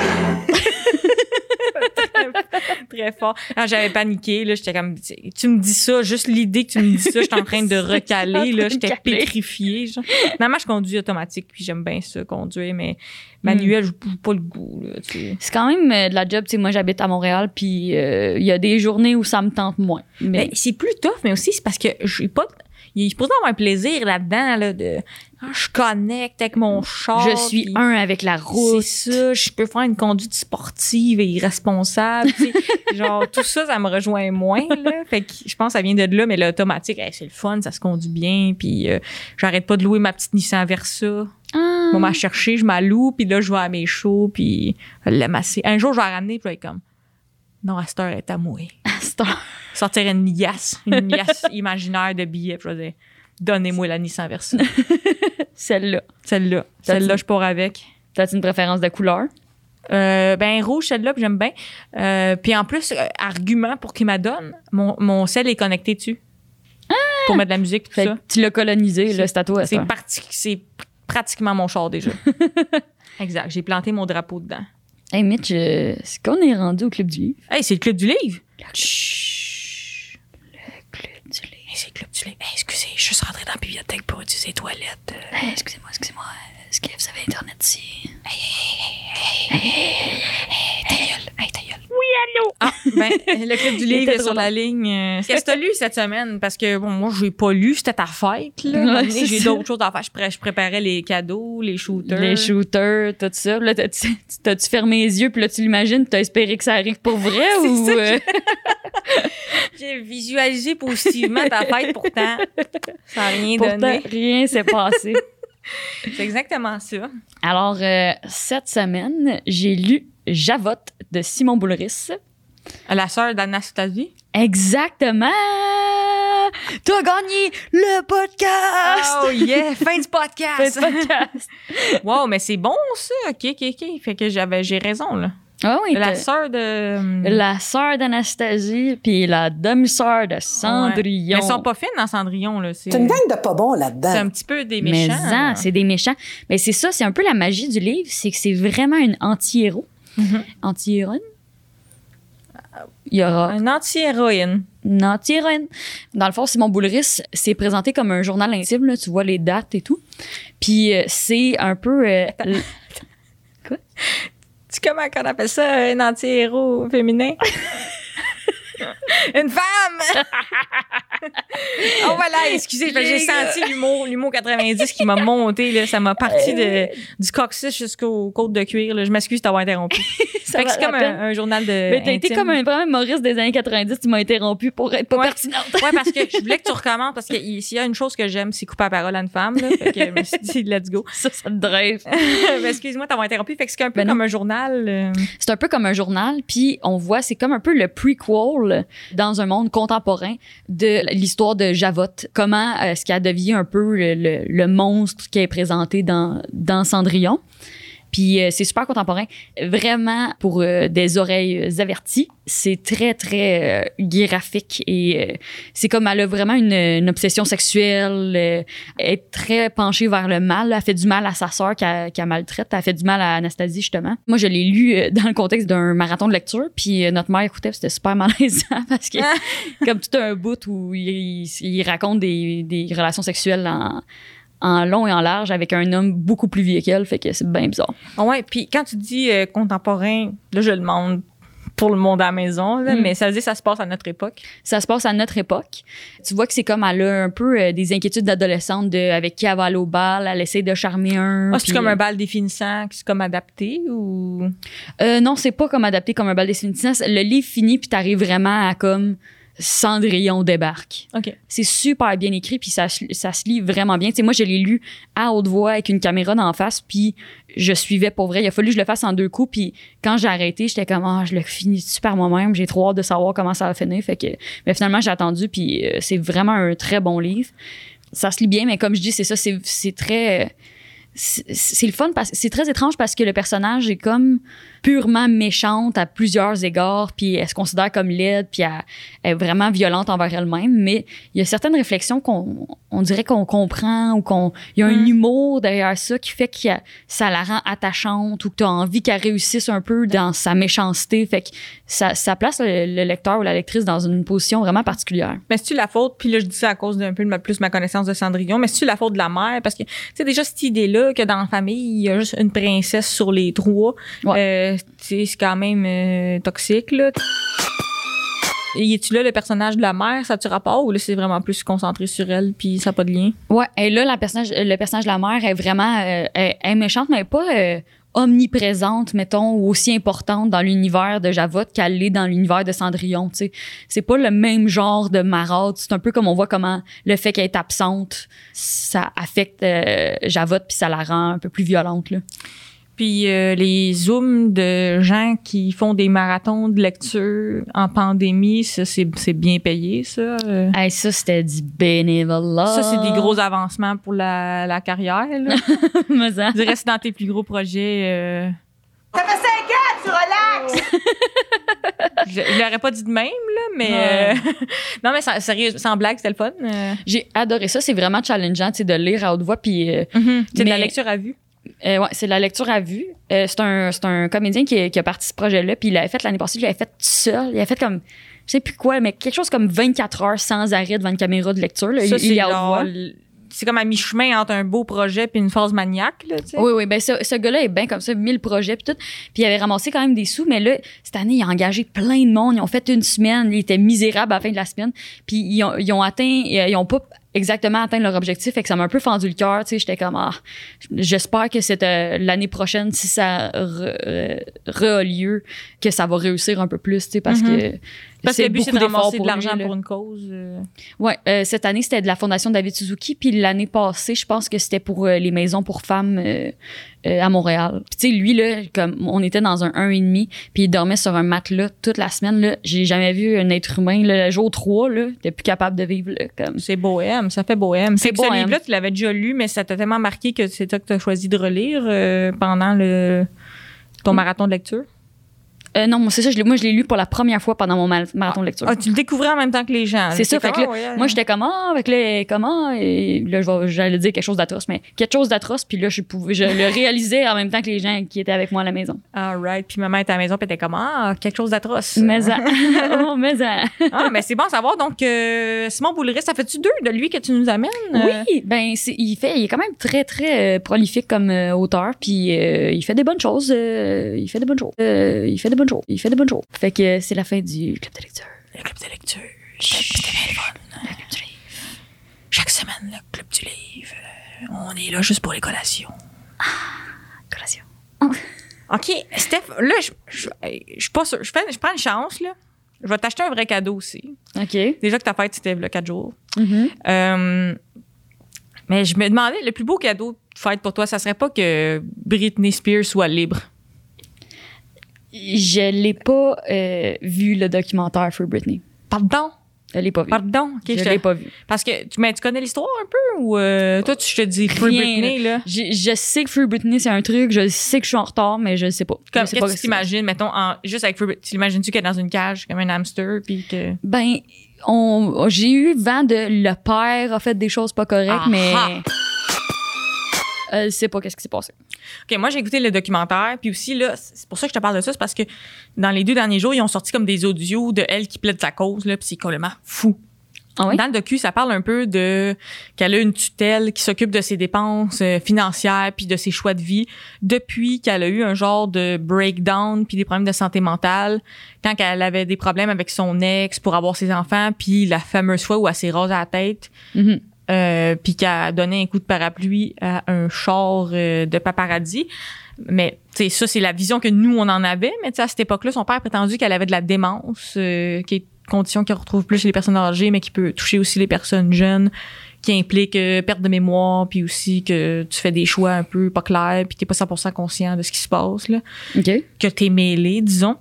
Speaker 2: Très fort. Alors, j'avais paniqué, là. J'étais comme, tu tu me dis ça, juste l'idée que tu me dis ça, j'étais en train de recaler, là.
Speaker 1: J'étais en
Speaker 2: J'étais
Speaker 1: train de caler.
Speaker 2: pétrifiée, genre. Finalement, je conduis automatique, puis j'aime bien ça, conduire, mais manuel, je j'ai pas le goût, là, tu sais.
Speaker 1: C'est quand même euh, de la job. Tu sais, moi, j'habite à Montréal, puis euh, il y a des journées où ça me tente moins. Mais.
Speaker 2: Mais Ben, c'est plus tough, mais aussi, c'est parce que j'ai pas. Il est supposé avoir un plaisir là-dedans, là, de. ah, je connecte avec mon char.
Speaker 1: je suis
Speaker 2: Ben, oh, puis-
Speaker 1: un avec la route.
Speaker 2: C'est ça, je peux faire une conduite sportive et irresponsable. tu sais. genre, tout ça, ça me rejoint moins. Là. Fait que je pense que ça vient de là, mais l'automatique, hey, c'est le fun, ça se conduit bien. Puis euh, j'arrête pas de louer ma petite Nissan Versa.
Speaker 1: Ah.
Speaker 2: On m'a cherché, je m'alloue, puis là, je vais à mes shows, puis je l'aime assez. Un jour, je vais la ramener, puis je vais être comme, non, à cette heure, elle est à mourir.
Speaker 1: C'est un-
Speaker 2: Sortir une liasse, une liasse imaginaire de billets, puis je vais dire, donnez-moi la Nissan Versa.
Speaker 1: Celle-là.
Speaker 2: Celle-là,
Speaker 1: Ça,
Speaker 2: celle-là,
Speaker 1: tu-
Speaker 2: je pars avec.
Speaker 1: T'as-tu une préférence de couleur?
Speaker 2: Euh, ben rouge celle-là puis j'aime bien Euh, puis en plus euh, argument pour qu'il m'adonne mon mon sel est connecté dessus pour mettre de la musique tout
Speaker 1: Fait
Speaker 2: ça
Speaker 1: que tu l'as colonisé, là, c'est à toi. à cette
Speaker 2: c'est
Speaker 1: heure.
Speaker 2: parti c'est pr- pratiquement mon char déjà exact j'ai planté mon drapeau dedans
Speaker 1: Hey Mitch, euh, est-ce qu'on est rendu au Club du Livre?
Speaker 2: hey c'est le club du livre
Speaker 1: Chut. Le Club du Livre.
Speaker 2: Hey, c'est le club du livre Hey, excusez je suis rentrée dans la bibliothèque pour utiliser les toilettes Eh, Euh,
Speaker 1: Hey, Eh, excusez-moi, excusez-moi. Est-ce que vous avez Internet ici?
Speaker 2: eh,
Speaker 1: Eh.
Speaker 2: ah ben le club du livre
Speaker 1: était
Speaker 2: est sur
Speaker 1: trop
Speaker 2: la ligne Euh, qu'est-ce que t'as lu cette semaine parce que bon moi j'ai pas lu c'était ta fête là
Speaker 1: Ouais,
Speaker 2: Un moment donné,
Speaker 1: c'est
Speaker 2: j'ai
Speaker 1: ça.
Speaker 2: d'autres choses à faire je, pré- je préparais les cadeaux les shooters
Speaker 1: Les shooters, tout ça. Puis Là, t'as- tu- t'as-tu fermé les yeux, puis là, tu l'imagines, puis t'as espéré que ça arrive pour vrai ou. euh,
Speaker 2: J'ai visualisé positivement ta fête, pourtant, ça n'a rien
Speaker 1: Pourtant,
Speaker 2: donné.
Speaker 1: rien s'est passé.
Speaker 2: C'est exactement ça.
Speaker 1: Alors, euh, cette semaine, j'ai lu Javotte de Simon Boulris.
Speaker 2: La sœur d'Anna Stasi.
Speaker 1: Exactement! Tu as gagné le podcast!
Speaker 2: Oh yeah, fin du
Speaker 1: Fait
Speaker 2: podcast.
Speaker 1: podcast.
Speaker 2: wow, mais c'est bon ça. Ok, ok, ok. Fait que j'avais, j'ai raison là.
Speaker 1: Ah oui,
Speaker 2: La
Speaker 1: t'as-
Speaker 2: sœur de.
Speaker 1: la sœur d'Anastasie, puis la demi-sœur de Cendrillon.
Speaker 2: Mais ils sont pas fines dans Cendrillon là. C'est, euh,
Speaker 10: C'est une gang de pas bons là-dedans.
Speaker 2: c'est un petit peu des
Speaker 1: Mais
Speaker 2: méchants.
Speaker 1: en,
Speaker 2: là.
Speaker 1: c'est des méchants. Mais c'est ça, c'est un peu la magie du livre, c'est que c'est vraiment une anti-héros.
Speaker 2: Mhm.
Speaker 1: Anti-héroïne? Il y aura
Speaker 2: Un anti-héroïne.
Speaker 1: une anti-héroïne. Dans le fond, Simon Boulris, c'est présenté comme un journal intime, là, tu vois les dates et tout. Puis euh, c'est un peu... euh, l-
Speaker 2: Tu sais comment qu'on appelle ça un anti-héros féminin? Une femme! oh voilà, excusez, parce que j'ai
Speaker 1: Les gars.
Speaker 2: senti l'humour, l'humour 90 qui m'a monté, là, ça m'a parti de, du coccyx jusqu'aux côtes de cuir. là. Je m'excuse d'avoir interrompu.
Speaker 1: ça
Speaker 2: Fait que
Speaker 1: va
Speaker 2: c'est
Speaker 1: la
Speaker 2: comme
Speaker 1: peine.
Speaker 2: un, un journal de.
Speaker 1: Mais t'as été
Speaker 2: intime.
Speaker 1: comme un vraiment humoriste des années 90, tu m'as interrompu pour être pas
Speaker 2: Ouais.
Speaker 1: pertinente.
Speaker 2: Ouais, parce que je voulais que tu recommances, parce que il- s'il y a une chose que j'aime, c'est couper la parole à une femme. Là, fait que je me suis dit, let's go.
Speaker 1: Ça, ça te drive.
Speaker 2: Mais Excuse-moi d'avoir interrompu. Fait que c'est un peu
Speaker 1: Ben non.
Speaker 2: comme un journal. euh,
Speaker 1: C'est un peu comme un journal, puis on voit, c'est comme un peu le prequel dans un monde contemporain de l'histoire de Javotte. Comment euh, est-ce qu'elle devient un peu le, le- le monstre qui est présenté dans, dans Cendrillon. Puis euh, c'est super contemporain. Vraiment, pour euh, des oreilles averties, c'est très, très euh, graphique. Et euh, c'est comme elle a vraiment une, une obsession sexuelle. euh, elle est très penchée vers le mal. Elle fait du mal à sa sœur qu'elle qu'elle maltraite. Elle fait du mal à Anastasie, justement. Moi, je l'ai lu euh, dans le contexte d'un marathon de lecture. Puis euh, notre mère écoutait, puis c'était super malaisant parce que comme tout un bout où il, il raconte des, des relations sexuelles en, en long et en large avec un homme beaucoup plus vieux qu'elle. Fait que c'est bien bizarre.
Speaker 2: Ah ouais, puis quand tu dis euh, contemporain, là, je le demande pour le monde à la maison, là,
Speaker 1: Mm.
Speaker 2: mais ça veut dire que ça se passe à notre époque.
Speaker 1: Ça se passe à notre époque. Tu vois que c'est comme elle a un peu euh, des inquiétudes d'adolescente de avec qui elle va aller au bal, elle essaie de charmer un.
Speaker 2: Ah, c'est
Speaker 1: puis,
Speaker 2: comme un bal définissant, qui c'est comme adapté ou.
Speaker 1: euh, non, c'est pas comme adapté comme un bal des Finissants. Le livre finit puis t'arrives vraiment à comme Cendrillon débarque.
Speaker 2: OK.
Speaker 1: C'est super bien écrit puis ça, se- ça se lit vraiment bien. Tu sais, moi je l'ai lu à haute voix avec une caméra d'en face puis je suivais pour vrai. Il a fallu que je le fasse en deux coups puis quand j'ai arrêté j'étais comme ah je le finis super moi-même. J'ai trop hâte de savoir comment ça va finir. Fait que mais finalement j'ai attendu puis euh, c'est vraiment un très bon livre. Ça se lit bien mais comme je dis c'est ça c'est c'est très euh, c'est c'est le fun parce c'est très étrange parce que le personnage est comme purement méchante à plusieurs égards puis elle se considère comme laide puis elle, elle est vraiment violente envers elle-même mais il y a certaines réflexions qu'on on dirait qu'on comprend ou qu'on il y a un
Speaker 2: Mm.
Speaker 1: humour derrière ça qui fait que ça la rend attachante ou que tu as envie qu'elle réussisse un peu dans sa méchanceté fait que ça, ça place le, le lecteur ou la lectrice dans une position vraiment particulière
Speaker 2: Mais c'est-tu la faute, puis là, je dis ça à cause d'un peu de ma- plus ma connaissance de Cendrillon, mais c'est-tu la faute de la mère? Parce que, tu sais, déjà, cette idée-là que dans la famille, il y a juste une princesse sur les trois, euh, tu sais, c'est quand même euh, toxique, là. Et es-tu là le personnage de la mère, ça tu rapport, ou là, c'est vraiment plus concentré sur elle, puis ça n'a pas de lien?
Speaker 1: Ouais, et là, la personnage, le personnage de la mère est vraiment euh, elle- elle est méchante, mais elle est pas euh, omniprésente, mettons, ou aussi importante dans l'univers de Javotte qu'elle l'est dans l'univers de Cendrillon. tu sais. C'est pas le même genre de maraude. C'est un peu comme on voit comment le fait qu'elle est absente, ça affecte euh, Javotte, puis ça la rend un peu plus violente. Là.
Speaker 2: Puis euh, les zooms de gens qui font des marathons de lecture en pandémie, ça, c'est, c'est bien payé, ça. euh.
Speaker 1: Hey, ça, c'était du bénévolat.
Speaker 2: Ça, c'est des gros avancements pour la, la carrière. Là.
Speaker 1: Mais ça-
Speaker 2: Je dirais que c'est dans tes plus gros projets. euh,
Speaker 4: Ça fait 5 ans, tu relaxes!
Speaker 2: je, je l'aurais pas dit de même, là, mais...
Speaker 1: Ouais.
Speaker 2: euh, non, mais sans, sérieux, sans blague, c'était le fun. euh.
Speaker 1: J'ai adoré ça. C'est vraiment challengeant tu sais, de lire à haute voix, puis euh,
Speaker 2: C'est de la
Speaker 1: Mais-
Speaker 2: lecture à vue.
Speaker 1: Euh, ouais, c'est de la lecture à vue. Euh, c'est un, c'est un comédien qui, qui a parti ce projet-là, puis il l'avait fait l'année passée, il l'avait fait tout seul. Il a fait comme, je sais plus quoi, mais quelque chose comme 24 heures sans arrêt devant une caméra de lecture. Là.
Speaker 2: Ça,
Speaker 1: il il
Speaker 2: c'est
Speaker 1: est à haute
Speaker 2: genre
Speaker 1: voix.
Speaker 2: l- C'est comme à mi-chemin entre un beau projet puis une phase maniaque, là, tu sais.
Speaker 1: Oui, oui, ben ce, ce gars-là est bien comme ça, 1000 projets puis tout. Puis il avait ramassé quand même des sous, mais là, cette année, il a engagé plein de monde. Ils ont fait une semaine, ils étaient misérables à la fin de la semaine. Puis ils ont, ils ont atteint, euh, ils ont pas exactement atteint leur objectif, fait que ça m'a un peu fendu le cœur, tu sais. J'étais comme, ah, j'espère que c'est euh, l'année prochaine, si euh, ça re, re- re- a lieu, que ça va réussir un peu plus, tu sais, parce
Speaker 2: Mhm.
Speaker 1: que
Speaker 2: Parce que le but, c'est de
Speaker 1: beaucoup d'efforts
Speaker 2: ramasser de
Speaker 1: pour lui,
Speaker 2: l'argent
Speaker 1: là.
Speaker 2: pour une cause. euh.
Speaker 1: Ouais, euh, cette année, c'était de la Fondation David Suzuki, puis l'année passée, je pense que c'était pour euh, les maisons pour femmes euh, euh, à Montréal. Puis tu sais, lui, là, comme on était dans un 1,5, puis il dormait sur un matelas toute la semaine, là. J'ai jamais vu un être humain, là, le jour 3, là, t'es plus capable de vivre, là, comme...
Speaker 2: C'est bohème, ça fait bohème.
Speaker 1: C'est
Speaker 2: C'est ce
Speaker 1: bohème.
Speaker 2: livre-là, tu l'avais déjà lu, mais ça t'a tellement marqué que c'est toi que tu as choisi de relire euh, pendant le, ton marathon de lecture.
Speaker 1: Euh, non, moi, c'est ça, je l'ai- moi, je l'ai lu pour la première fois pendant mon mal- marathon de lecture.
Speaker 2: Ah, tu le découvrais en même temps que les gens.
Speaker 1: C'est ça, fait que là,
Speaker 2: oh,
Speaker 1: Moi, j'étais comme, ah, avec le, comment, et là, je vais- j'allais dire quelque chose d'atroce, mais quelque chose d'atroce, puis là, je, pouvais, je le réalisais en même temps que les gens qui étaient avec moi à la maison.
Speaker 2: All right. Puis maman était à la maison, puis elle était comme, ah, quelque chose d'atroce.
Speaker 1: Mais ça, oh, mais ça.
Speaker 2: ah, mais c'est bon à savoir. Donc, euh, Simon Boulris, ça fait-tu deux de lui que tu nous amènes? Euh,
Speaker 1: Oui, ben c'est- il fait, il est quand même très très euh, prolifique comme euh, auteur, puis euh, il fait des bonnes choses, euh, il fait des bonnes choses, Euh, il fait des bonnes choses, il fait des bonnes choses. Fait que c'est la fin du club de lecture.
Speaker 2: Le club de lecture. Chaque semaine, le club du livre. Euh, On est là juste pour les collations.
Speaker 1: Collation.
Speaker 2: OK, Steph, là, je, je, hey, je suis pas sûre. Je, fais- je prends une chance, là. Je vais t'acheter un vrai cadeau aussi.
Speaker 1: Ok.
Speaker 2: Déjà que ta fête, c'était le 4 jours.
Speaker 1: Mm-hmm.
Speaker 2: Euh, mais je me demandais, le plus beau cadeau de fête pour toi, ça serait pas que Britney Spears soit libre.
Speaker 1: Je l'ai pas euh, vu le documentaire Free Britney.
Speaker 2: Pardon?
Speaker 1: Je l'ai pas vu.
Speaker 2: Pardon? OK,
Speaker 1: je
Speaker 2: je te-
Speaker 1: l'ai pas vu.
Speaker 2: Parce que tu, mais tu connais l'histoire un peu ou euh, toi, tu, je te dis Free
Speaker 1: Rien,
Speaker 2: Britney, là?
Speaker 1: Je, je sais que Free Britney c'est un truc, je sais que je suis en retard, mais je sais pas. Je
Speaker 2: Comme,
Speaker 1: sais pas
Speaker 2: qu'est-ce que tu t'imagines, mettons, en- juste avec Free Britney, tu l'imagines-tu qu'elle est dans une cage comme un hamster, puis que...
Speaker 1: Ben, on, j'ai eu vent de le père a fait des choses pas correctes,
Speaker 2: Ah
Speaker 1: mais
Speaker 2: ah.
Speaker 1: elle sait pas qu'est-ce qui s'est passé.
Speaker 2: OK, moi, j'ai écouté le documentaire. Puis aussi, là, c'est pour ça que je te parle de ça, c'est parce que dans les deux derniers jours, ils ont sorti comme des audios de elle qui plaide sa cause, là, puis c'est complètement fou.
Speaker 1: Ah oui?
Speaker 2: Dans le docu, ça parle un peu de qu'elle a une tutelle qui s'occupe de ses dépenses euh, financières puis de ses choix de vie depuis qu'elle a eu un genre de breakdown puis des problèmes de santé mentale quand elle avait des problèmes avec son ex pour avoir ses enfants puis la fameuse fois où elle s'est rasée la tête
Speaker 1: Mhm.
Speaker 2: euh, puis qu'elle a donné un coup de parapluie à un char euh, de paparazzi. Mais tu sais, ça, c'est la vision que nous, on en avait. Mais tu sais, à cette époque-là, son père a prétendu qu'elle avait de la démence, euh, qui est une condition qu'on retrouve plus chez les personnes âgées, mais qui peut toucher aussi les personnes jeunes, qui implique euh, perte de mémoire, puis aussi que tu fais des choix un peu pas clairs, puis t'es pas 100% conscient de ce qui se passe. Là
Speaker 1: OK.
Speaker 2: que t'es mêlé, disons.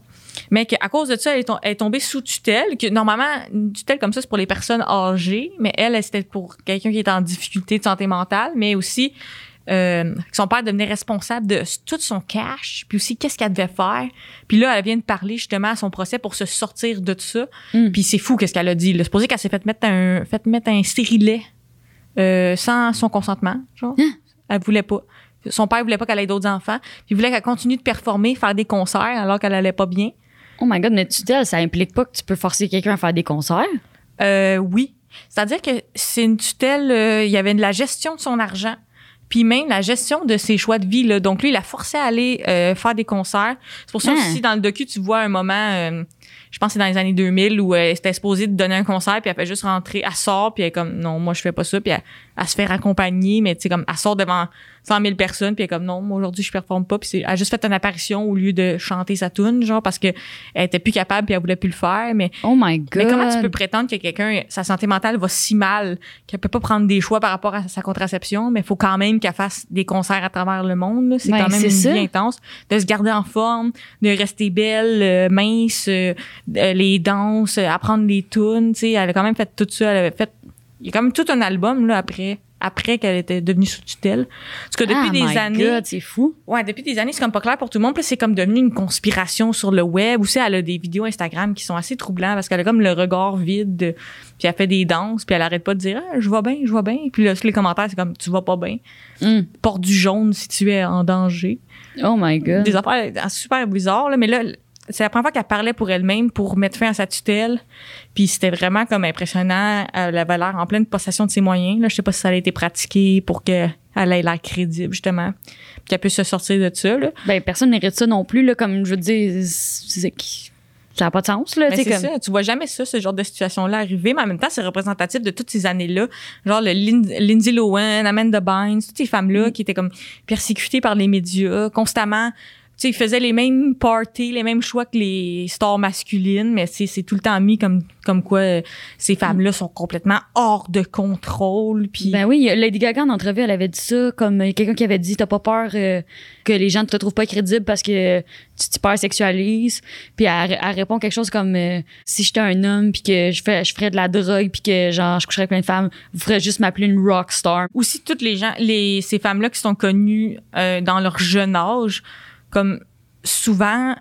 Speaker 2: Mais qu'à cause de ça, elle est, tom- elle est tombée sous tutelle. Que normalement, une tutelle comme ça, c'est pour les personnes âgées, mais elle, elle, c'était pour quelqu'un qui est en difficulté de santé mentale, mais aussi euh, que son père devenait responsable de s- tout son cash, puis aussi qu'est-ce qu'elle devait faire. Puis là, elle vient de parler justement à son procès pour se sortir de tout ça.
Speaker 1: Mm.
Speaker 2: Puis c'est fou qu'est-ce qu'elle a dit. Là. Supposé qu'elle s'est fait mettre un, fait mettre un stérilet euh, sans son consentement, genre. Elle voulait pas. Son père voulait pas qu'elle ait d'autres enfants. Puis il voulait qu'elle continue de performer, faire des concerts alors qu'elle allait pas bien.
Speaker 1: Oh my god, mais tutelle, ça implique pas que tu peux forcer quelqu'un à faire des concerts.
Speaker 2: Euh, oui. C'est-à-dire que c'est une tutelle, euh, il y avait de la gestion de son argent, puis même la gestion de ses choix de vie. Là. Donc lui, il a forcé à aller euh, faire des concerts. C'est pour ça
Speaker 1: Hein.
Speaker 2: aussi, dans le docu, tu vois un moment, euh, je pense que c'est dans les années 2000, où euh, elle était supposée de donner un concert, puis elle fait juste rentrer, elle sort, puis elle est comme, non, moi, je fais pas ça, puis elle, elle se fait raccompagner, mais tu sais, comme, elle sort devant 100 000 personnes, puis elle est comme, non, moi, aujourd'hui, je performe pas, puis c'est- elle a juste fait une apparition au lieu de chanter sa tune, genre, parce que elle était plus capable, puis elle voulait plus le faire, mais
Speaker 1: Oh my god.
Speaker 2: mais comment tu peux prétendre que quelqu'un, sa santé mentale va si mal qu'elle peut pas prendre des choix par rapport à sa contraception, mais il faut quand même qu'elle fasse des concerts à travers le monde. là. C'est
Speaker 1: Ben,
Speaker 2: quand même
Speaker 1: c'est
Speaker 2: une
Speaker 1: ça.
Speaker 2: vie intense. De se garder en forme, de rester belle, euh, mince, euh, euh, les danses, euh, apprendre les tunes. tu sais. Elle a quand même fait tout ça. Elle avait fait... Il y a quand même tout un album là, après après qu'elle était devenue sous tutelle. Parce que depuis
Speaker 1: Ah
Speaker 2: des
Speaker 1: my
Speaker 2: années...
Speaker 1: God, c'est fou.
Speaker 2: Ouais, depuis des années, c'est comme pas clair pour tout le monde. Puis là, c'est comme devenu une conspiration sur le web. Ou c'est elle a des vidéos Instagram qui sont assez troublantes parce qu'elle a comme le regard vide, puis elle fait des danses, puis elle arrête pas de dire Ah, je vais bien, je vais bien. Puis là, tous les commentaires, c'est comme tu vas pas bien.
Speaker 1: Hum.
Speaker 2: Porte du jaune si tu es en danger.
Speaker 1: Oh my god.
Speaker 2: Des affaires euh, super bizarres, là, mais là, c'est la première fois qu'elle parlait pour elle-même pour mettre fin à sa tutelle. Puis c'était vraiment comme impressionnant. Elle avait l'air en pleine possession de ses moyens. Là, je sais pas si ça a été pratiqué pour qu'elle ait l'air crédible, justement. Puis qu'elle puisse se sortir de ça, là.
Speaker 1: Ben personne n'hérite ça non plus là, comme je veux dire, c'est qui- ça n'a pas de sens là,
Speaker 2: Mais
Speaker 1: tu sais,
Speaker 2: Ben, c'est
Speaker 1: comme-
Speaker 2: ça, tu vois jamais ça, ce genre de situation-là arriver, mais en même temps, c'est représentatif de toutes ces années-là. Genre le Lin- Lindsay
Speaker 1: Mm.
Speaker 2: Lohan, Amanda Bynes, toutes ces femmes-là qui étaient comme persécutées par les médias, constamment. sais, il faisait les mêmes parties, les mêmes choix que les stars masculines, mais c'est c'est tout le temps mis comme, comme quoi euh, ces femmes-là sont complètement hors de contrôle. Puis
Speaker 1: Mm. Ben oui, Lady Gaga en entrevue, elle avait dit ça comme euh, quelqu'un qui avait dit t'as pas peur euh, que les gens ne te trouvent pas crédible parce que tu t'hypersexualises. Puis elle, elle répond quelque chose comme euh, si j'étais un homme puis que je fais je ferais de la drogue puis que genre je coucherais avec plein de femmes, vous ferez juste m'appeler une rock star.
Speaker 2: aussi toutes les gens, les, ces femmes-là qui sont connues euh, dans leur jeune âge, comme souvent,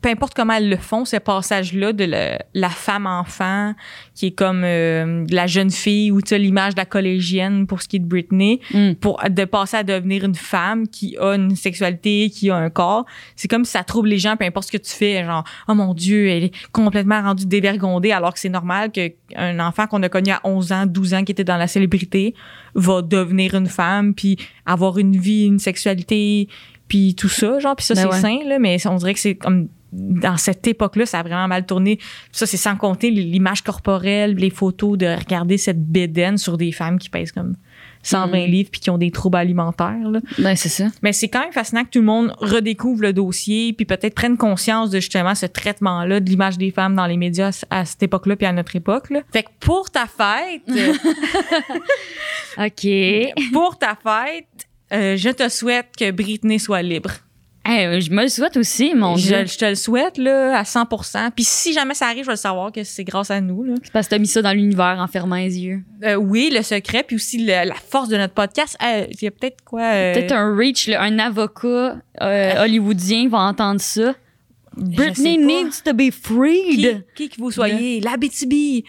Speaker 2: peu importe comment elles le font, ce passage-là de le- la femme-enfant, qui est comme euh, la jeune fille ou tu sais, l'image de la collégienne pour ce qui est de Britney,
Speaker 1: Mm.
Speaker 2: pour de passer à devenir une femme qui a une sexualité, qui a un corps, c'est comme si ça trouble les gens, peu importe ce que tu fais, genre oh mon dieu, elle est complètement rendue dévergondée alors que c'est normal que un enfant qu'on a connu à 11 ans, 12 ans qui était dans la célébrité va devenir une femme puis avoir une vie, une sexualité puis tout ça genre puis ça
Speaker 1: Ben
Speaker 2: c'est
Speaker 1: ouais.
Speaker 2: sain là mais on dirait que c'est comme dans cette époque-là, ça a vraiment mal tourné. Ça, c'est sans compter l'image corporelle, les photos de regarder cette bédaine sur des femmes qui pèsent comme
Speaker 1: Mm-hmm.
Speaker 2: 120 livres puis qui ont des troubles alimentaires. Là.
Speaker 1: Ben c'est ça.
Speaker 2: Mais c'est quand même fascinant que tout le monde redécouvre le dossier puis peut-être prenne conscience de justement ce traitement-là de l'image des femmes dans les médias à cette époque-là puis à notre époque. Là. Fait que pour ta fête, euh,
Speaker 1: Ok. Eh,
Speaker 2: pour ta fête, euh, je te souhaite que Britney soit libre.
Speaker 1: euh, je me le souhaite aussi, mon
Speaker 2: je,
Speaker 1: dieu.
Speaker 2: je te le souhaite là, à 100%. Puis si jamais ça arrive, je vais le savoir que c'est grâce à nous. Là.
Speaker 1: C'est parce que t'as mis ça dans l'univers en fermant les yeux.
Speaker 2: Euh, oui, le secret, puis aussi le- la force de notre podcast. Euh, Il y a peut-être quoi... euh, Ah.
Speaker 1: Peut-être un reach, là, un avocat euh, hollywoodien va entendre ça. Britney
Speaker 2: sais pas.
Speaker 1: needs to be freed.
Speaker 2: qui, qui que vous soyez, l'Abitibi,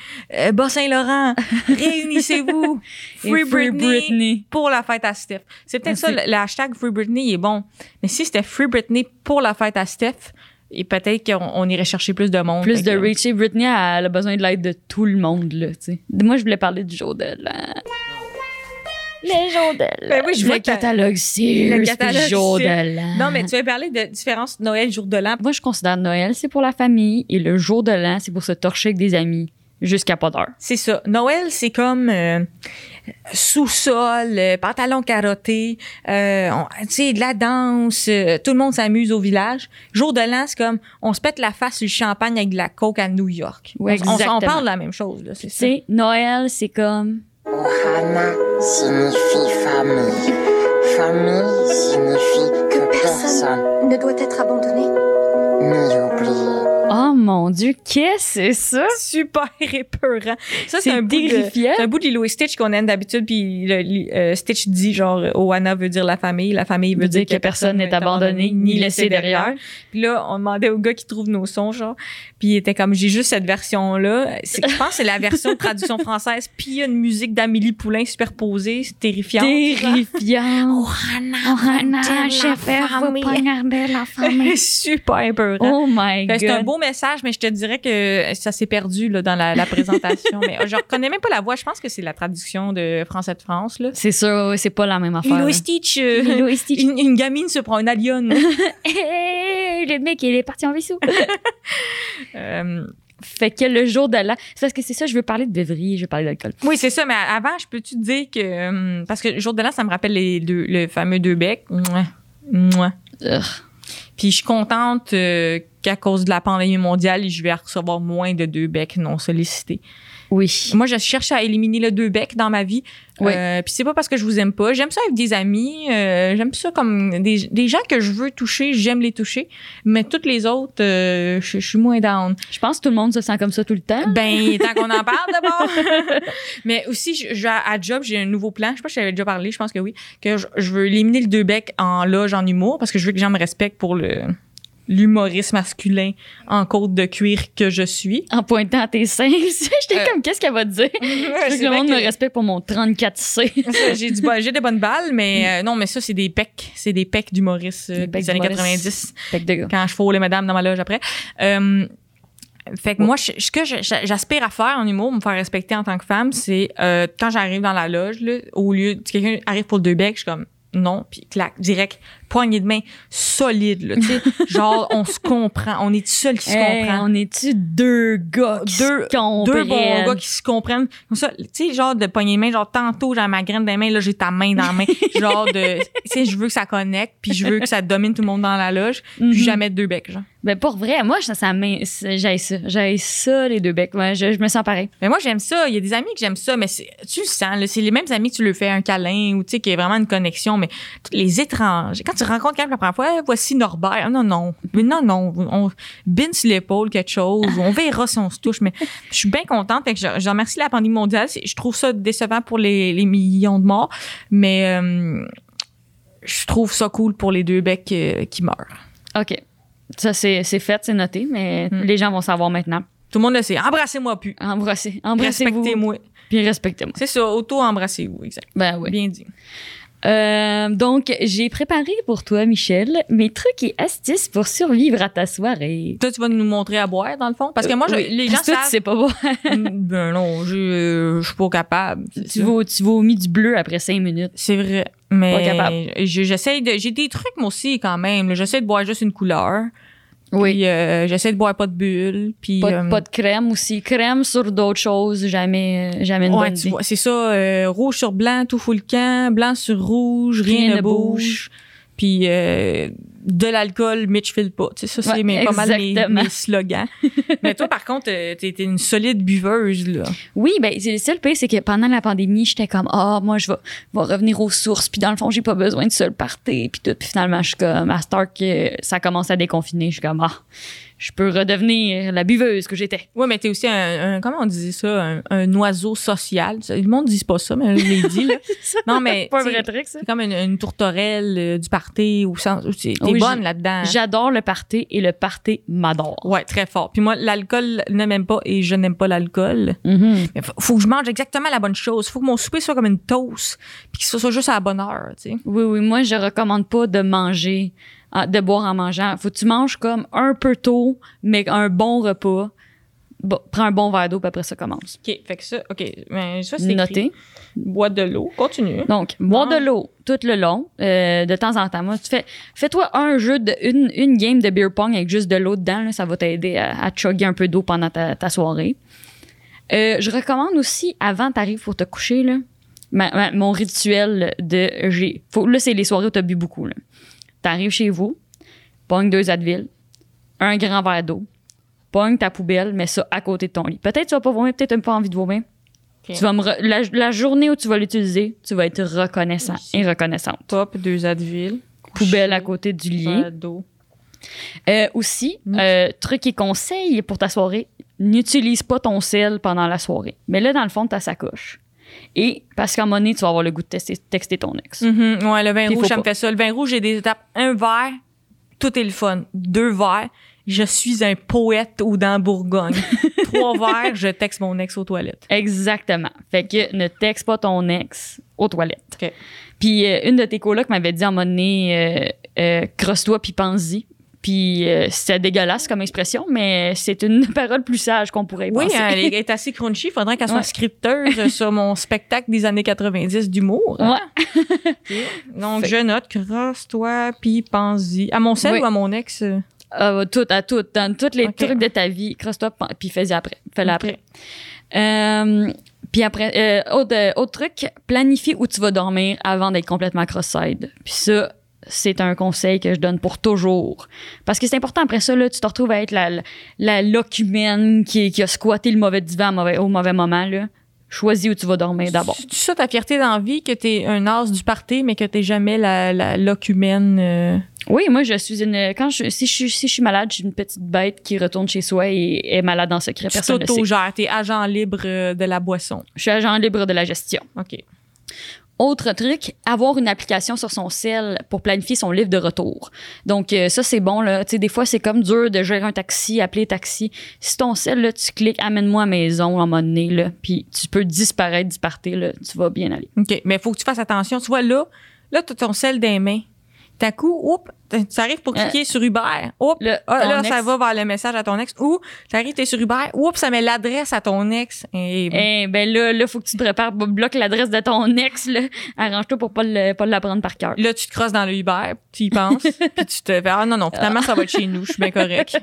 Speaker 2: euh, Bas-Saint-Laurent, réunissez-vous.
Speaker 1: Et
Speaker 2: Free,
Speaker 1: Free
Speaker 2: Britney,
Speaker 1: Britney.
Speaker 2: pour la fête à Steph. C'est peut-être ça, le, le hashtag Free Britney il est bon. Mais si c'était Free Britney pour la fête à Steph, et peut-être qu'on on irait chercher plus de monde.
Speaker 1: Plus
Speaker 2: Fait
Speaker 1: de
Speaker 2: que-
Speaker 1: reach. Et Britney, elle a besoin de l'aide de tout le monde, là, tu sais. Moi, je voulais parler du jour de hein. l'an. Les jours de l'an.
Speaker 2: Ben oui, je vois
Speaker 1: le
Speaker 2: que t'as-
Speaker 1: catalogue Sears,
Speaker 2: Le
Speaker 1: le
Speaker 2: catalogue
Speaker 1: catalogue jour
Speaker 2: Sears.
Speaker 1: de l'an.
Speaker 2: Non, mais tu avais parlé de différence Noël, jour de l'an.
Speaker 1: Moi, je considère Noël, c'est pour la famille et le jour de l'an, c'est pour se torcher avec des amis jusqu'à pas d'heure.
Speaker 2: C'est ça. Noël, c'est comme euh, sous-sol, euh, pantalon carotté, euh, on- tu sais, de la danse, euh, tout le monde s'amuse au village. Jour de l'an, c'est comme on se pète la face sur le champagne avec de la coke à New York.
Speaker 1: Ouais,
Speaker 2: on, on s'en
Speaker 1: exactement.
Speaker 2: parle de la même chose, là, c'est
Speaker 1: Tu
Speaker 2: ça.
Speaker 1: sais, Noël, c'est comme.
Speaker 8: Ohana signifie famille. Famille signifie que personne
Speaker 4: Ne doit être abandonné.
Speaker 8: n'est oublié.
Speaker 1: Oh mon Dieu, qu'est-ce que c'est ça?
Speaker 2: Super épeurant. Ça, c'est
Speaker 1: C'est
Speaker 2: un bout de-
Speaker 1: terrifiant.
Speaker 2: C'est un bout de Lilo et Stitch qu'on aime d'habitube, puis le- li- euh, Stitch dit genre Oana veut dire la famille, la famille veut
Speaker 1: Veut
Speaker 2: dire,
Speaker 1: dire que personne n'est abandonné ni laissé derrière.
Speaker 2: Puis là, on demandait au gars qui trouve nos sons, genre, puis il était comme j'ai juste cette version là. Je pense que c'est la version de traduction française, puis il y a une musique d'Amélie Poulain superposée, c'est terrifiant.
Speaker 1: Terrifiant. Ohana, chef-chef, vous poignardez la famille.
Speaker 2: super épeurant.
Speaker 1: Oh my god.
Speaker 2: Fait que Ben, C'est un beau message, mais je te dirais que euh, ça s'est perdu là, dans la, la présentation. mais euh, je reconnais même pas la voix. Je pense que c'est la traduction de Français de France. Là.
Speaker 1: C'est sûr, ouais, c'est pas la même affaire.
Speaker 2: Lilo
Speaker 1: là.
Speaker 2: et Stitch, euh,
Speaker 1: Lilo et Stitch.
Speaker 2: une, une gamine se prend une alien.
Speaker 1: Hey, le mec, il est parti en vaisseau.
Speaker 2: Euh,
Speaker 1: fait que le jour de l'an. C'est parce que c'est ça, je veux parler de beuverie, je veux parler d'alcool.
Speaker 2: oui, c'est ça. Mais avant, je peux-tu te dire que... euh, parce que le jour de l'an, ça me rappelle les deux, le fameux deux becs. Mouah, mouah.
Speaker 1: Urgh.
Speaker 2: Puis je suis contente euh, qu'à cause de la pandémie mondiale, je vais recevoir moins de deux becs non sollicités.
Speaker 1: Oui.
Speaker 2: Moi, je cherche à éliminer le deux bec dans ma vie.
Speaker 1: Oui.
Speaker 2: Euh, puis c'est pas parce que je vous aime pas. J'aime ça avec des amis. euh, j'aime ça comme des, des gens que je veux toucher, j'aime les toucher. Mais toutes les autres, euh, je, je suis moins down.
Speaker 1: Je pense que tout le monde se sent comme ça tout le temps.
Speaker 2: Ben, tant qu'on en parle d'abord. Mais aussi, je, je- à job, j'ai un nouveau plan. Je sais pas si j'avais déjà parlé, je pense que oui. Que je, je veux éliminer le deux bec en loge, en humour, parce que je veux que les gens me respectent pour le l'humoriste masculin en côte de cuir que je suis.
Speaker 1: En pointant à tes seins. J'étais
Speaker 2: Euh.
Speaker 1: comme, qu'est-ce qu'elle va te dire? Je veux
Speaker 2: C'est
Speaker 1: que le
Speaker 2: vrai
Speaker 1: monde
Speaker 2: que-
Speaker 1: me respecte pour mon 34C.
Speaker 2: Ça, j'ai du bon- j'ai des bonnes balles mais euh, non mais ça c'est des pecs c'est des pecs d'humoristes euh,
Speaker 1: Mm. Des pecs
Speaker 2: des années
Speaker 1: d'humoristes.
Speaker 2: 90
Speaker 1: Fait que de gars.
Speaker 2: quand je fous les madames dans ma loge après Euh, fait que moi je- ce que je- je- j'aspire à faire en humour me faire respecter en tant que femme c'est euh, quand j'arrive dans la loge là, au lieu quelqu'un arrive pour le deux becs je suis comme non, puis clac, direct, poignée de main solide, là, tu sais. genre, on se comprend, on est seul qui se
Speaker 1: Hey,
Speaker 2: comprend.
Speaker 1: on est-tu deux gars qui
Speaker 2: Deux-
Speaker 1: se comprennent?
Speaker 2: Deux bons gars qui se comprennent. Comme ça, tu sais, genre de poignée de main, genre tantôt, j'ai ma graine dans la main, là, j'ai ta main dans la main. genre de, tu sais, je veux que ça connecte, puis je veux que ça domine tout le monde dans la loge, puis
Speaker 1: Mhm.
Speaker 2: jamais de deux becs, genre.
Speaker 1: Ben pour vrai, moi, ça, ça m'in- c'est- j'aille ça. J'aille ça, les deux becs. Moi, je, je me sens pareil.
Speaker 2: Mais moi, j'aime ça. Il y a des amis que j'aime ça, mais c'est- tu le sens. là. C'est les mêmes amis que tu leur fais un câlin ou tu sais, qu'il y a vraiment une connexion. Mais tous les étrangers, quand tu rencontres quelqu'un pour la première fois, Eh, voici Norbert. Non, non. Mais non, non. On bine sur l'épaule quelque chose. On verra si on se touche. Mais je suis bien contente. Fait que je, je remercie la pandémie mondiale. C'est- Je trouve ça décevant pour les, les millions de morts. Mais euh, je trouve ça cool pour les deux becs euh, qui meurent.
Speaker 1: OK. Ça, c'est c'est fait, c'est noté, mais
Speaker 2: Mm.
Speaker 1: les gens vont savoir maintenant.
Speaker 2: Tout le monde le sait. Embrassez-moi plus.
Speaker 1: Embrassez. Embrassez-vous.
Speaker 2: Respectez-moi.
Speaker 1: Puis respectez-moi.
Speaker 2: C'est ça. Auto-embrassez-vous. Exact.
Speaker 1: Ben oui.
Speaker 2: Bien dit.
Speaker 1: Euh, donc, j'ai préparé pour toi, Michel, mes trucs et astuces pour survivre à ta soirée.
Speaker 2: Toi, tu vas nous montrer à boire, dans le fond? Parce que moi, je-
Speaker 1: Euh, Oui.
Speaker 2: les gens
Speaker 1: Parce que toi, tu
Speaker 2: savent...
Speaker 1: sais pas boire.
Speaker 2: ben non, je, euh, je suis pas capable.
Speaker 1: Tu, vas- tu vomis du bleu après cinq minutes.
Speaker 2: C'est vrai.
Speaker 1: Pas
Speaker 2: Mais
Speaker 1: capable.
Speaker 2: je- j'essaie de... J'ai des trucs, moi aussi, quand même. là. J'essaie de boire juste une couleur.
Speaker 1: Oui.
Speaker 2: Puis, euh, j'essaie de boire pas de bulles. Puis,
Speaker 1: Pas, de-
Speaker 2: euh,
Speaker 1: pas de crème aussi. Crème sur d'autres choses, jamais, jamais une
Speaker 2: ouais,
Speaker 1: bonne
Speaker 2: tu
Speaker 1: idée.
Speaker 2: vois, c'est ça. euh, rouge sur blanc, tout fout le camp. Blanc sur rouge, rien, ne bouge. Puis, euh, de l'alcool, Mitch file pas. Tu sais, ça, c'est
Speaker 1: Ouais,
Speaker 2: mes- pas mal mes,
Speaker 1: exactement.
Speaker 2: mes slogans. mais toi, par contre, euh, t'es t'es une solide buveuse, là.
Speaker 1: Oui, ben c'est ça le pire, c'est que pendant la pandémie, j'étais comme ah moi je vais, je vais revenir aux sources, puis dans le fond j'ai pas besoin de seul party, puis tout, puis finalement je suis comme à cette heure que ça commence à déconfiner, je suis comme ah je peux redevenir la buveuse que j'étais.
Speaker 2: Oui, mais t'es aussi un, un- comment on disait ça, un, un oiseau social. Ça, Le monde dit pas ça, mais je l'ai dit. Là. Non, mais
Speaker 1: pas un
Speaker 2: t'sais,
Speaker 1: vrai truc ça.
Speaker 2: c'est comme une, une tourterelle euh, du party ou sans. ou T'es t'es
Speaker 1: Oui,
Speaker 2: bonne
Speaker 1: j'ai-
Speaker 2: là-dedans.
Speaker 1: J'adore le party et le party m'adore.
Speaker 2: Ouais, très fort. Puis moi, l'alcool ne m'aime pas et je n'aime pas l'alcool.
Speaker 1: Mhm.
Speaker 2: Mais faut, faut que je mange exactement la bonne chose. Faut que mon souper soit comme une toast, puis que ce soit juste à la bonne heure. Tu sais.
Speaker 1: Oui oui, moi je recommande pas de manger ah, de boire en mangeant. Faut que tu manges comme un peu tôt mais un bon repas. Bon, prends un bon verre d'eau puis après ça commence.
Speaker 2: Ok, fait que ça, ok, mais ça
Speaker 1: Noté.
Speaker 2: c'est noté. Bois de l'eau, continue.
Speaker 1: Donc, boire
Speaker 2: Non.
Speaker 1: de l'eau tout le long, euh, de temps en temps. Moi, tu fais, fais-toi un jeu, de, une, une game de beer pong avec juste de l'eau dedans. là, ça va t'aider à, à chugger un peu d'eau pendant ta, ta soirée. Euh, je recommande aussi, avant t'arrives pour te coucher, là, ma- ma- mon rituel de... J'ai, faut, là, c'est les soirées où t'as bu beaucoup. Là. T'arrives chez vous, pogne deux Advil, un grand verre d'eau, pogne ta poubelle, mets ça à côté de ton lit. Peut-être tu vas pas vomir, peut-être tu pas envie de vomir.
Speaker 2: Ok.
Speaker 1: Tu vas me re- la, la journée où tu vas l'utiliser, tu vas être reconnaissant
Speaker 2: Merci.
Speaker 1: et reconnaissante.
Speaker 2: Top, deux Advil.
Speaker 1: Poubelle à côté du lit.
Speaker 2: verre d'eau.
Speaker 1: Euh, aussi, euh, truc et conseil pour ta soirée, n'utilise pas ton sel pendant la soirée. Mais là, dans le fond de ta sacoche. Et parce qu'à un moment donné, tu vas avoir le goût de tester- texter ton ex.
Speaker 2: Mhm, ouais, le vin
Speaker 1: Puis
Speaker 2: rouge,
Speaker 1: faut
Speaker 2: ça me
Speaker 1: pas.
Speaker 2: fait ça. Le vin rouge, j'ai des étapes. Un verre, tout est le fun. Deux verres, je suis un poète ou dans Bourgogne. Trois verres, je texte mon ex aux toilettes.
Speaker 1: Exactement. Fait que ne texte pas ton ex aux toilettes.
Speaker 2: OK.
Speaker 1: Puis euh, une de tes colocs m'avait dit à un moment donné, euh, euh, crosse-toi puis pense-y. Puis euh, c'est dégueulasse comme expression, mais c'est une parole plus sage qu'on pourrait y
Speaker 2: Oui, hein,
Speaker 1: penser.
Speaker 2: elle est- elle est assez crunchy. Faudrait qu'elle soit
Speaker 1: Ouais.
Speaker 2: scripteuse sur mon spectacle des années 90 d'humour.
Speaker 1: Ouais.
Speaker 2: Donc,
Speaker 1: Fait-
Speaker 2: je note, crosse-toi, puis pense-y. À mon sel
Speaker 1: Oui.
Speaker 2: ou à mon ex? euh?
Speaker 1: Euh, tout, à tout. Dans tous les
Speaker 2: Ok.
Speaker 1: trucs de ta vie, crosse-toi, pen- puis fais-y après. Fais-le
Speaker 2: Ok.
Speaker 1: après. Euh, puis après, euh, autre, euh, autre truc, planifie où tu vas dormir avant d'être complètement cross-side. Puis ça, c'est un conseil que je donne pour toujours. Parce que c'est important, après ça, là, tu te retrouves à être la, la- la loque humaine qui, qui a squatté le mauvais divan au mauvais, au mauvais moment. Là. Choisis où tu vas dormir d'abord.
Speaker 2: C'est ça ta fierté dans la vie, que t'es un as du party, mais que t'es jamais la, la loque humaine? euh?
Speaker 1: Oui, moi, je suis une. Quand je, si, je, suis- si je suis malade, je suis une petite bête qui retourne chez soi et est malade en secret.
Speaker 2: Tu
Speaker 1: Personne ne le sait.
Speaker 2: t'auto-gères, t'es agent libre euh, de la boisson.
Speaker 1: Je suis agent libre de la gestion.
Speaker 2: OK.
Speaker 1: Autre truc, avoir une application sur son cell pour planifier son livre de retour. Donc euh, ça c'est bon là, tu sais des fois c'est comme dur de gérer un taxi, appeler taxi. Si ton cell là, tu cliques amène-moi à maison à un moment donné là, puis tu peux disparaître du party là, tu vas bien aller.
Speaker 2: OK. Mais il faut que tu fasses attention. Tu vois, là, là, tu ton sel des mains. tout à coup, oups, t- tu arrives pour cliquer sur Uber. Oups,
Speaker 1: Euh, Le-
Speaker 2: ah, là,
Speaker 1: ton
Speaker 2: ça
Speaker 1: ex.
Speaker 2: va vers le message à ton ex. Ou tu arrives, t'es sur Uber. Oups, ça met l'adresse à ton ex. Et,
Speaker 1: Eh ben là, là, faut que tu te prépares, bloque l'adresse de ton ex, là. Arrange-toi pour pas le, pas l'apprendre par cœur.
Speaker 2: là, tu te crosses dans le Uber, tu y penses, puis tu te fais Ah non, non, finalement, ça va être chez nous, je suis bien correct.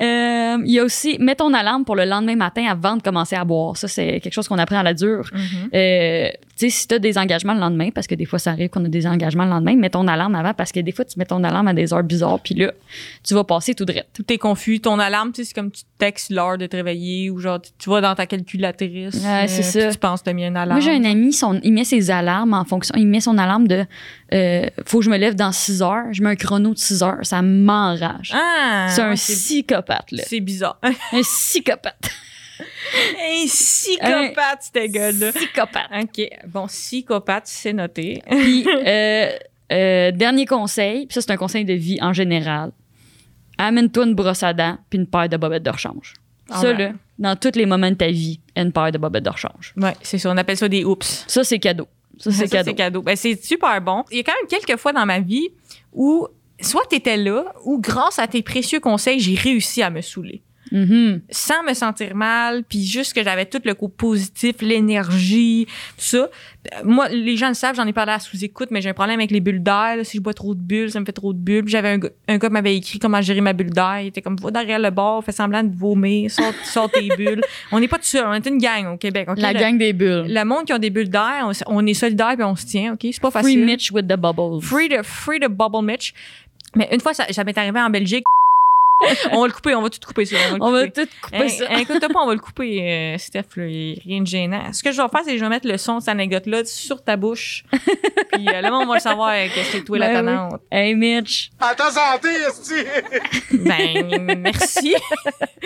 Speaker 1: Euh, Il y a aussi, mets ton alarme pour le lendemain matin avant de commencer à boire. Ça, c'est quelque chose qu'on apprend à la dure. Euh, tu sais, si tu as des engagements le lendemain, parce que des fois, ça arrive qu'on a des engagements le lendemain, mets ton alarme avant parce que des fois, tu mets ton alarme à des heures bizarres, puis là, tu vas passer tout droit.
Speaker 2: Tout est confus. Ton alarme, tu sais, c'est comme tu textes l'heure de te réveiller ou genre tu- tu vas dans ta calculatrice. euh,
Speaker 1: Ouais, c'est
Speaker 2: puis
Speaker 1: ça.
Speaker 2: Tu penses, t'as mis une
Speaker 1: Moi,
Speaker 2: alarme.
Speaker 1: j'ai un ami, son, il met ses alarmes en fonction. Il met son alarme de euh, faut que je me lève dans 6 heures. Je mets un chrono de 6 heures. Ça m'enrage.
Speaker 2: Ah,
Speaker 1: c'est un
Speaker 2: ouais,
Speaker 1: psychopathe, là.
Speaker 2: C'est bizarre.
Speaker 1: Un psychopathe.
Speaker 2: un psychopathe, cette gueule-là.
Speaker 1: Psychopathe.
Speaker 2: OK. Bon, psychopathe, c'est noté.
Speaker 1: Puis, euh, euh, dernier conseil, puis ça, c'est un conseil de vie en général. Amène-toi une brosse à dents puis une paire de bobettes de rechange.
Speaker 2: Ah
Speaker 1: ça,
Speaker 2: ouais.
Speaker 1: là, dans tous les moments de ta vie, une paire de bobettes de rechange.
Speaker 2: Ouais, c'est ça. On appelle ça des oups.
Speaker 1: Ça, c'est cadeau. Ça, c'est
Speaker 2: Ça,
Speaker 1: cadeau.
Speaker 2: C'est cadeau. Ben, c'est super bon. Il y a quand même quelques fois dans ma vie où soit t'étais là ou grâce à tes précieux conseils, j'ai réussi à me saouler.
Speaker 1: Mhm.
Speaker 2: sans me sentir mal, puis juste que j'avais tout le coup positif, l'énergie, tout ça. Euh, Moi, les gens le savent, j'en ai parlé à sous-écoute, mais j'ai un problème avec les bulles d'air. là. Si je bois trop de bulles, ça me fait trop de bulles. Puis J'avais un, gars- un gars qui m'avait écrit comment gérer ma bulle d'air. Il était comme, va derrière le bord, fais semblant de vomir, sors, sors tes bulles. On n'est pas tout seul, on est une gang au Québec. ok?
Speaker 1: La
Speaker 2: le,
Speaker 1: gang des bulles.
Speaker 2: le monde qui a des bulles d'air, on, s- on est solidaire puis on se tient, OK? C'est pas
Speaker 1: Free
Speaker 2: facile.
Speaker 1: Mitch with the bubbles.
Speaker 2: Free the, free the bubble Mitch. Mais une fois, ça, ça m'est arrivé en Belgique. on va le couper, on va tout couper ça. On va le
Speaker 1: On va
Speaker 2: couper.
Speaker 1: tout couper
Speaker 2: Hey,
Speaker 1: ça.
Speaker 2: hey, Écoute pas, on va le couper, euh, Steph. Là, y a rien de gênant. Ce que je vais faire, c'est que je vais mettre le son de cette anecdote-là sur ta bouche. Puis euh, là, on va le savoir euh, qu'est-ce que c'est toi, la
Speaker 1: Ben oui.
Speaker 2: tenante.
Speaker 1: Hey Mitch,
Speaker 6: À ta santé, esti!
Speaker 2: Ben, merci.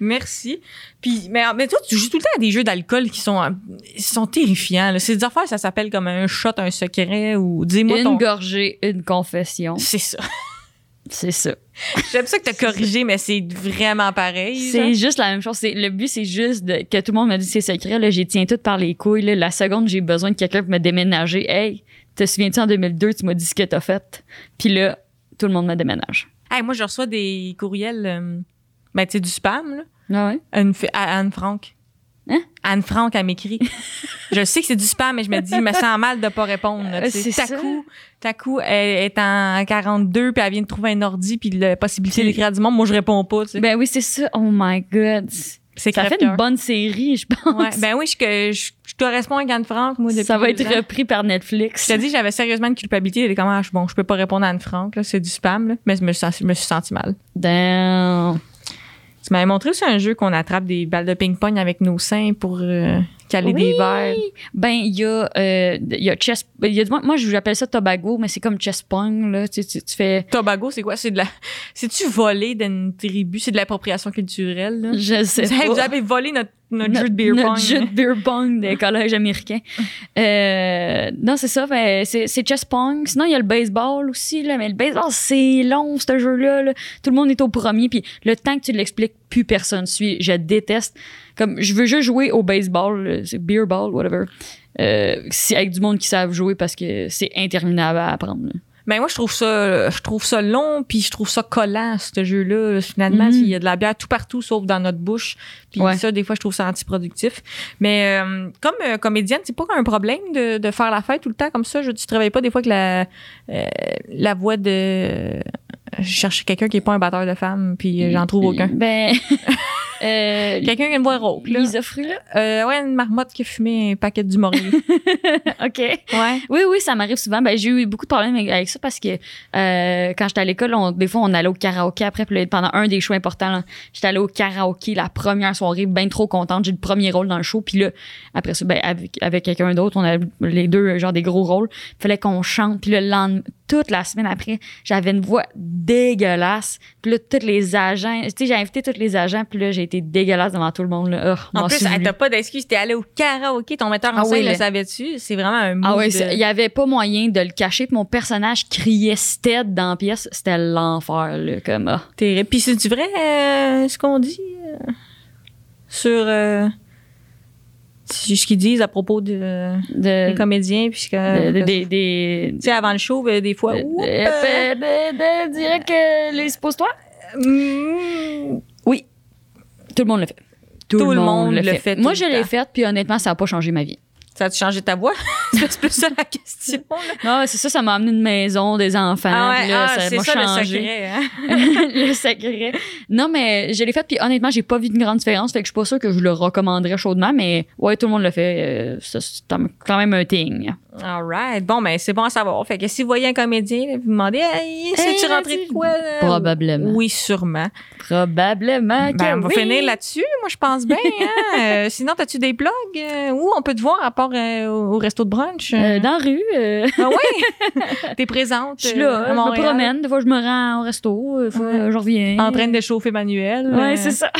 Speaker 2: merci. Puis, mais, mais toi, tu joues tout le temps à des jeux d'alcool qui sont, euh, ils sont terrifiants. là. C'est des affaires, ça s'appelle comme un shot, un secret ou dis-moi
Speaker 1: une
Speaker 2: ton.
Speaker 1: gorgée, une confession.
Speaker 2: C'est ça.
Speaker 1: C'est ça.
Speaker 2: J'aime ça que t'as corrigé, mais c'est vraiment pareil.
Speaker 1: C'est juste la même chose. C'est- Le but, c'est juste de- que tout le monde me dise ses secrets. Là, j'y tiens tout par les couilles. là. La seconde, j'ai besoin de quelqu'un pour me déménager. Hey, te souviens-tu en 2002, tu m'as dit ce que t'as fait? Puis là, tout le monde me déménage.
Speaker 2: Hey, moi, je reçois des courriels, euh, ben, tu sais, du spam, là.
Speaker 1: Ah ouais?
Speaker 2: Anne, F- à- Anne Franck.
Speaker 1: Hein?
Speaker 2: Anne Franck, elle m'écrit. je sais que c'est du spam, mais je me dis, il me sent mal de pas répondre. là,
Speaker 1: Euh,
Speaker 2: tu
Speaker 1: c'est
Speaker 2: sais. Tout à
Speaker 1: ça.
Speaker 2: coup, tout à coup, elle est en 42, puis elle vient de trouver un ordi, puis la possibilité d'écrire à du monde, moi, je réponds pas. tu sais.
Speaker 1: Ben oui, c'est ça. Oh my God.
Speaker 2: c'est
Speaker 1: Ça fait
Speaker 2: crève-cœur.
Speaker 1: une bonne série, je pense.
Speaker 2: Ouais, Ben oui, je, que- je, je corresponds avec Anne Franck, moi, depuis
Speaker 1: ça va
Speaker 2: deux
Speaker 1: être
Speaker 2: ans.
Speaker 1: repris par Netflix.
Speaker 2: Je te dis, j'avais sérieusement une culpabilité. J'étais comme, ah, je- bon, je peux pas répondre à Anne Franck, là, c'est du spam, là. mais je me, sens- je me suis senti mal.
Speaker 1: Damn.
Speaker 2: Tu m'avais montré aussi un jeu qu'on attrape des balles de ping-pong avec nos seins pour euh, caler des
Speaker 1: Oui.
Speaker 2: verres.
Speaker 1: Ben, il y a, euh, il y a chess, il y a du- moi, j'appelle ça Tobago, mais c'est comme chess pong, là. Tu, sais, tu, tu fais,
Speaker 2: Tobago, c'est quoi? C'est de la. C'est-tu volé d'une tribu? C'est de l'appropriation culturelle, là?
Speaker 1: je sais
Speaker 2: Vous avez-
Speaker 1: pas.
Speaker 2: vous avez volé notre, notre jeu de beer
Speaker 1: notre
Speaker 2: pong.
Speaker 1: jeu de beer pong des collèges américains. Euh, non, c'est ça. ben, c'est c'est chess pong. Sinon, il y a le baseball aussi. Là, mais le baseball, c'est long, ce jeu-là. là. Tout le monde est au premier. Puis le temps que tu l'expliques, plus personne suit. Je déteste. Comme, je veux juste jouer au baseball. là, C'est beer ball, whatever. Euh, c'est avec du monde qui savent jouer parce que c'est interminable à apprendre. là.
Speaker 2: Mais Ben, moi, je trouve ça, je trouve ça long, puis je trouve ça collant, ce jeu-là. Finalement,
Speaker 1: Mhm.
Speaker 2: il y a de la bière tout partout, sauf dans notre bouche. Puis
Speaker 1: Ouais.
Speaker 2: ça, des fois, je trouve ça antiproductif. Mais euh, comme euh, comédienne, c'est pas un problème de, de faire la fête tout le temps comme ça. Je, tu travailles pas des fois avec la, euh, la voix de... Je cherche quelqu'un qui est pas un batteur de femmes, puis euh, j'en trouve aucun.
Speaker 1: Ben. euh,
Speaker 2: Quelqu'un qui a une voix rauque, là.
Speaker 1: Lisa Frula.
Speaker 2: Euh, ouais, une marmotte qui a fumé un paquet du Maurier.
Speaker 1: OK.
Speaker 2: ouais.
Speaker 1: Oui, oui, ça m'arrive souvent. Ben, j'ai eu beaucoup de problèmes avec- avec ça parce que euh, quand j'étais à l'école, on- des fois, on allait au karaoké après. Puis là, pendant un des shows importants, là, j'étais allée au karaoké la première soirée, bien trop contente. J'ai le premier rôle dans le show. Puis là, après ça, ben, avec, avec quelqu'un d'autre, on a les deux, euh, genre des gros rôles. fallait qu'on chante. Puis le lendemain, toute la semaine après, j'avais une voix dégueulasse. Puis là, tous les agents, tu sais, j'ai invité tous les agents. Puis là, j'ai été dégueulasse devant tout le monde. Là. Oh,
Speaker 2: En
Speaker 1: m'en
Speaker 2: plus,
Speaker 1: suis
Speaker 2: elle
Speaker 1: voulu.
Speaker 2: t'a pas d'excuse. T'es allée au karaoké. Ton metteur en
Speaker 1: Ah oui,
Speaker 2: scène le
Speaker 1: le-
Speaker 2: savait-tu? C'est vraiment un euh, mot.
Speaker 1: Ah ouais, c'est- il y avait pas moyen de le cacher. Puis mon personnage criait Stead dans la pièce. C'était l'enfer, là, comme ah.
Speaker 2: terrible. Puis c'est-tu vrai euh, ce qu'on dit euh, sur... euh, C'est ce qu'ils disent à propos de,
Speaker 1: De,
Speaker 2: des comédiens. Puisque,
Speaker 1: Euh, de- de- des- des-
Speaker 2: tu sais, avant le show, ben, des fois.
Speaker 1: de-
Speaker 2: oups, euh,
Speaker 1: de- de- de- dire que les suppose-toi.
Speaker 2: mm,
Speaker 1: Tout le monde le fait.
Speaker 2: Tout le monde le fait
Speaker 1: Moi,
Speaker 2: tout
Speaker 1: je
Speaker 2: le
Speaker 1: l'ai
Speaker 2: temps.
Speaker 1: faite, puis honnêtement, ça n'a pas changé ma vie.
Speaker 2: ça a-tu changé ta voix? c'est plus ça la question. là. Ah
Speaker 1: Non, Ah c'est ça, ça m'a amené une maison, des enfants. puis là, ah, ça
Speaker 2: c'est
Speaker 1: m'a
Speaker 2: ça le
Speaker 1: changé.
Speaker 2: secret. hein?
Speaker 1: le secret. Non, mais je l'ai fait, puis honnêtement, j'ai pas vu une grande différence, fait que je suis pas sûre que je le recommanderais chaudement, mais ouais, tout le monde le fait. euh, ça, c'est quand même un thing.
Speaker 2: All right. Bon, ben, c'est bon à savoir. Fait que si vous voyez un comédien, là, vous demandez, hey, sais-tu
Speaker 1: Hey,
Speaker 2: rentré de
Speaker 1: vas-y.
Speaker 2: quoi? là?
Speaker 1: Probablement.
Speaker 2: Oui, sûrement.
Speaker 1: Probablement. que
Speaker 2: Ben, on va
Speaker 1: oui.
Speaker 2: finir là-dessus. Moi, je pense bien. Hein? Euh, sinon, as-tu des blogs? euh, où on peut te voir à part euh, au au resto de brunch?
Speaker 1: Euh, dans la rue, euh,
Speaker 2: Ah oui! T'es présente.
Speaker 1: je suis
Speaker 2: euh,
Speaker 1: là,
Speaker 2: à
Speaker 1: je me
Speaker 2: Montréal,
Speaker 1: promène, des fois je me rends au resto, des fois
Speaker 2: Ouais.
Speaker 1: je reviens.
Speaker 2: En train de chauffer Manuel.
Speaker 1: Ouais,
Speaker 2: Euh,
Speaker 1: c'est ça.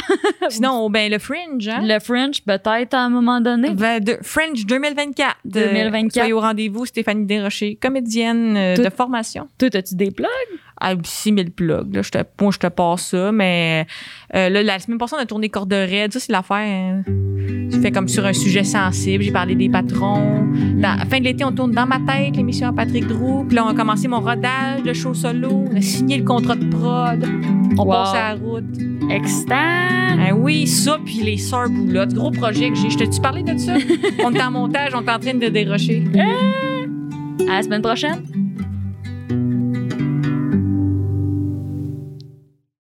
Speaker 2: Sinon, ben, le Fringe, hein?
Speaker 1: Le French, peut-être à un moment donné.
Speaker 2: Ben, de- Fringe 2024. Euh,
Speaker 1: 2024.
Speaker 2: Soyez au rendez-vous, Stéphanie Desrochers, comédienne euh,
Speaker 1: Tout-
Speaker 2: de formation.
Speaker 1: Toi, as-tu des plugs?
Speaker 2: Ah, 6000 plugs. Là, je te, moi, je te passe ça, mais euh, là, la semaine passée, on a tourné corde raide. Ça, c'est l'affaire. hein. J'ai fait comme sur un sujet sensible. J'ai parlé des patrons. Dans- à fin de l'été, on tourne dans ma tête l'émission à Patrick Drou. Puis là, on a commencé mon rodage, le show solo. On a signé le contrat de prod. On
Speaker 1: Wow.
Speaker 2: passe à la route.
Speaker 1: Extant.
Speaker 2: Ben oui, ça, puis les sœurs boulottes. Gros projet que j'ai. Je t'ai-tu parlé de ça? on est en montage, on est en train de dérocher.
Speaker 1: À la semaine prochaine.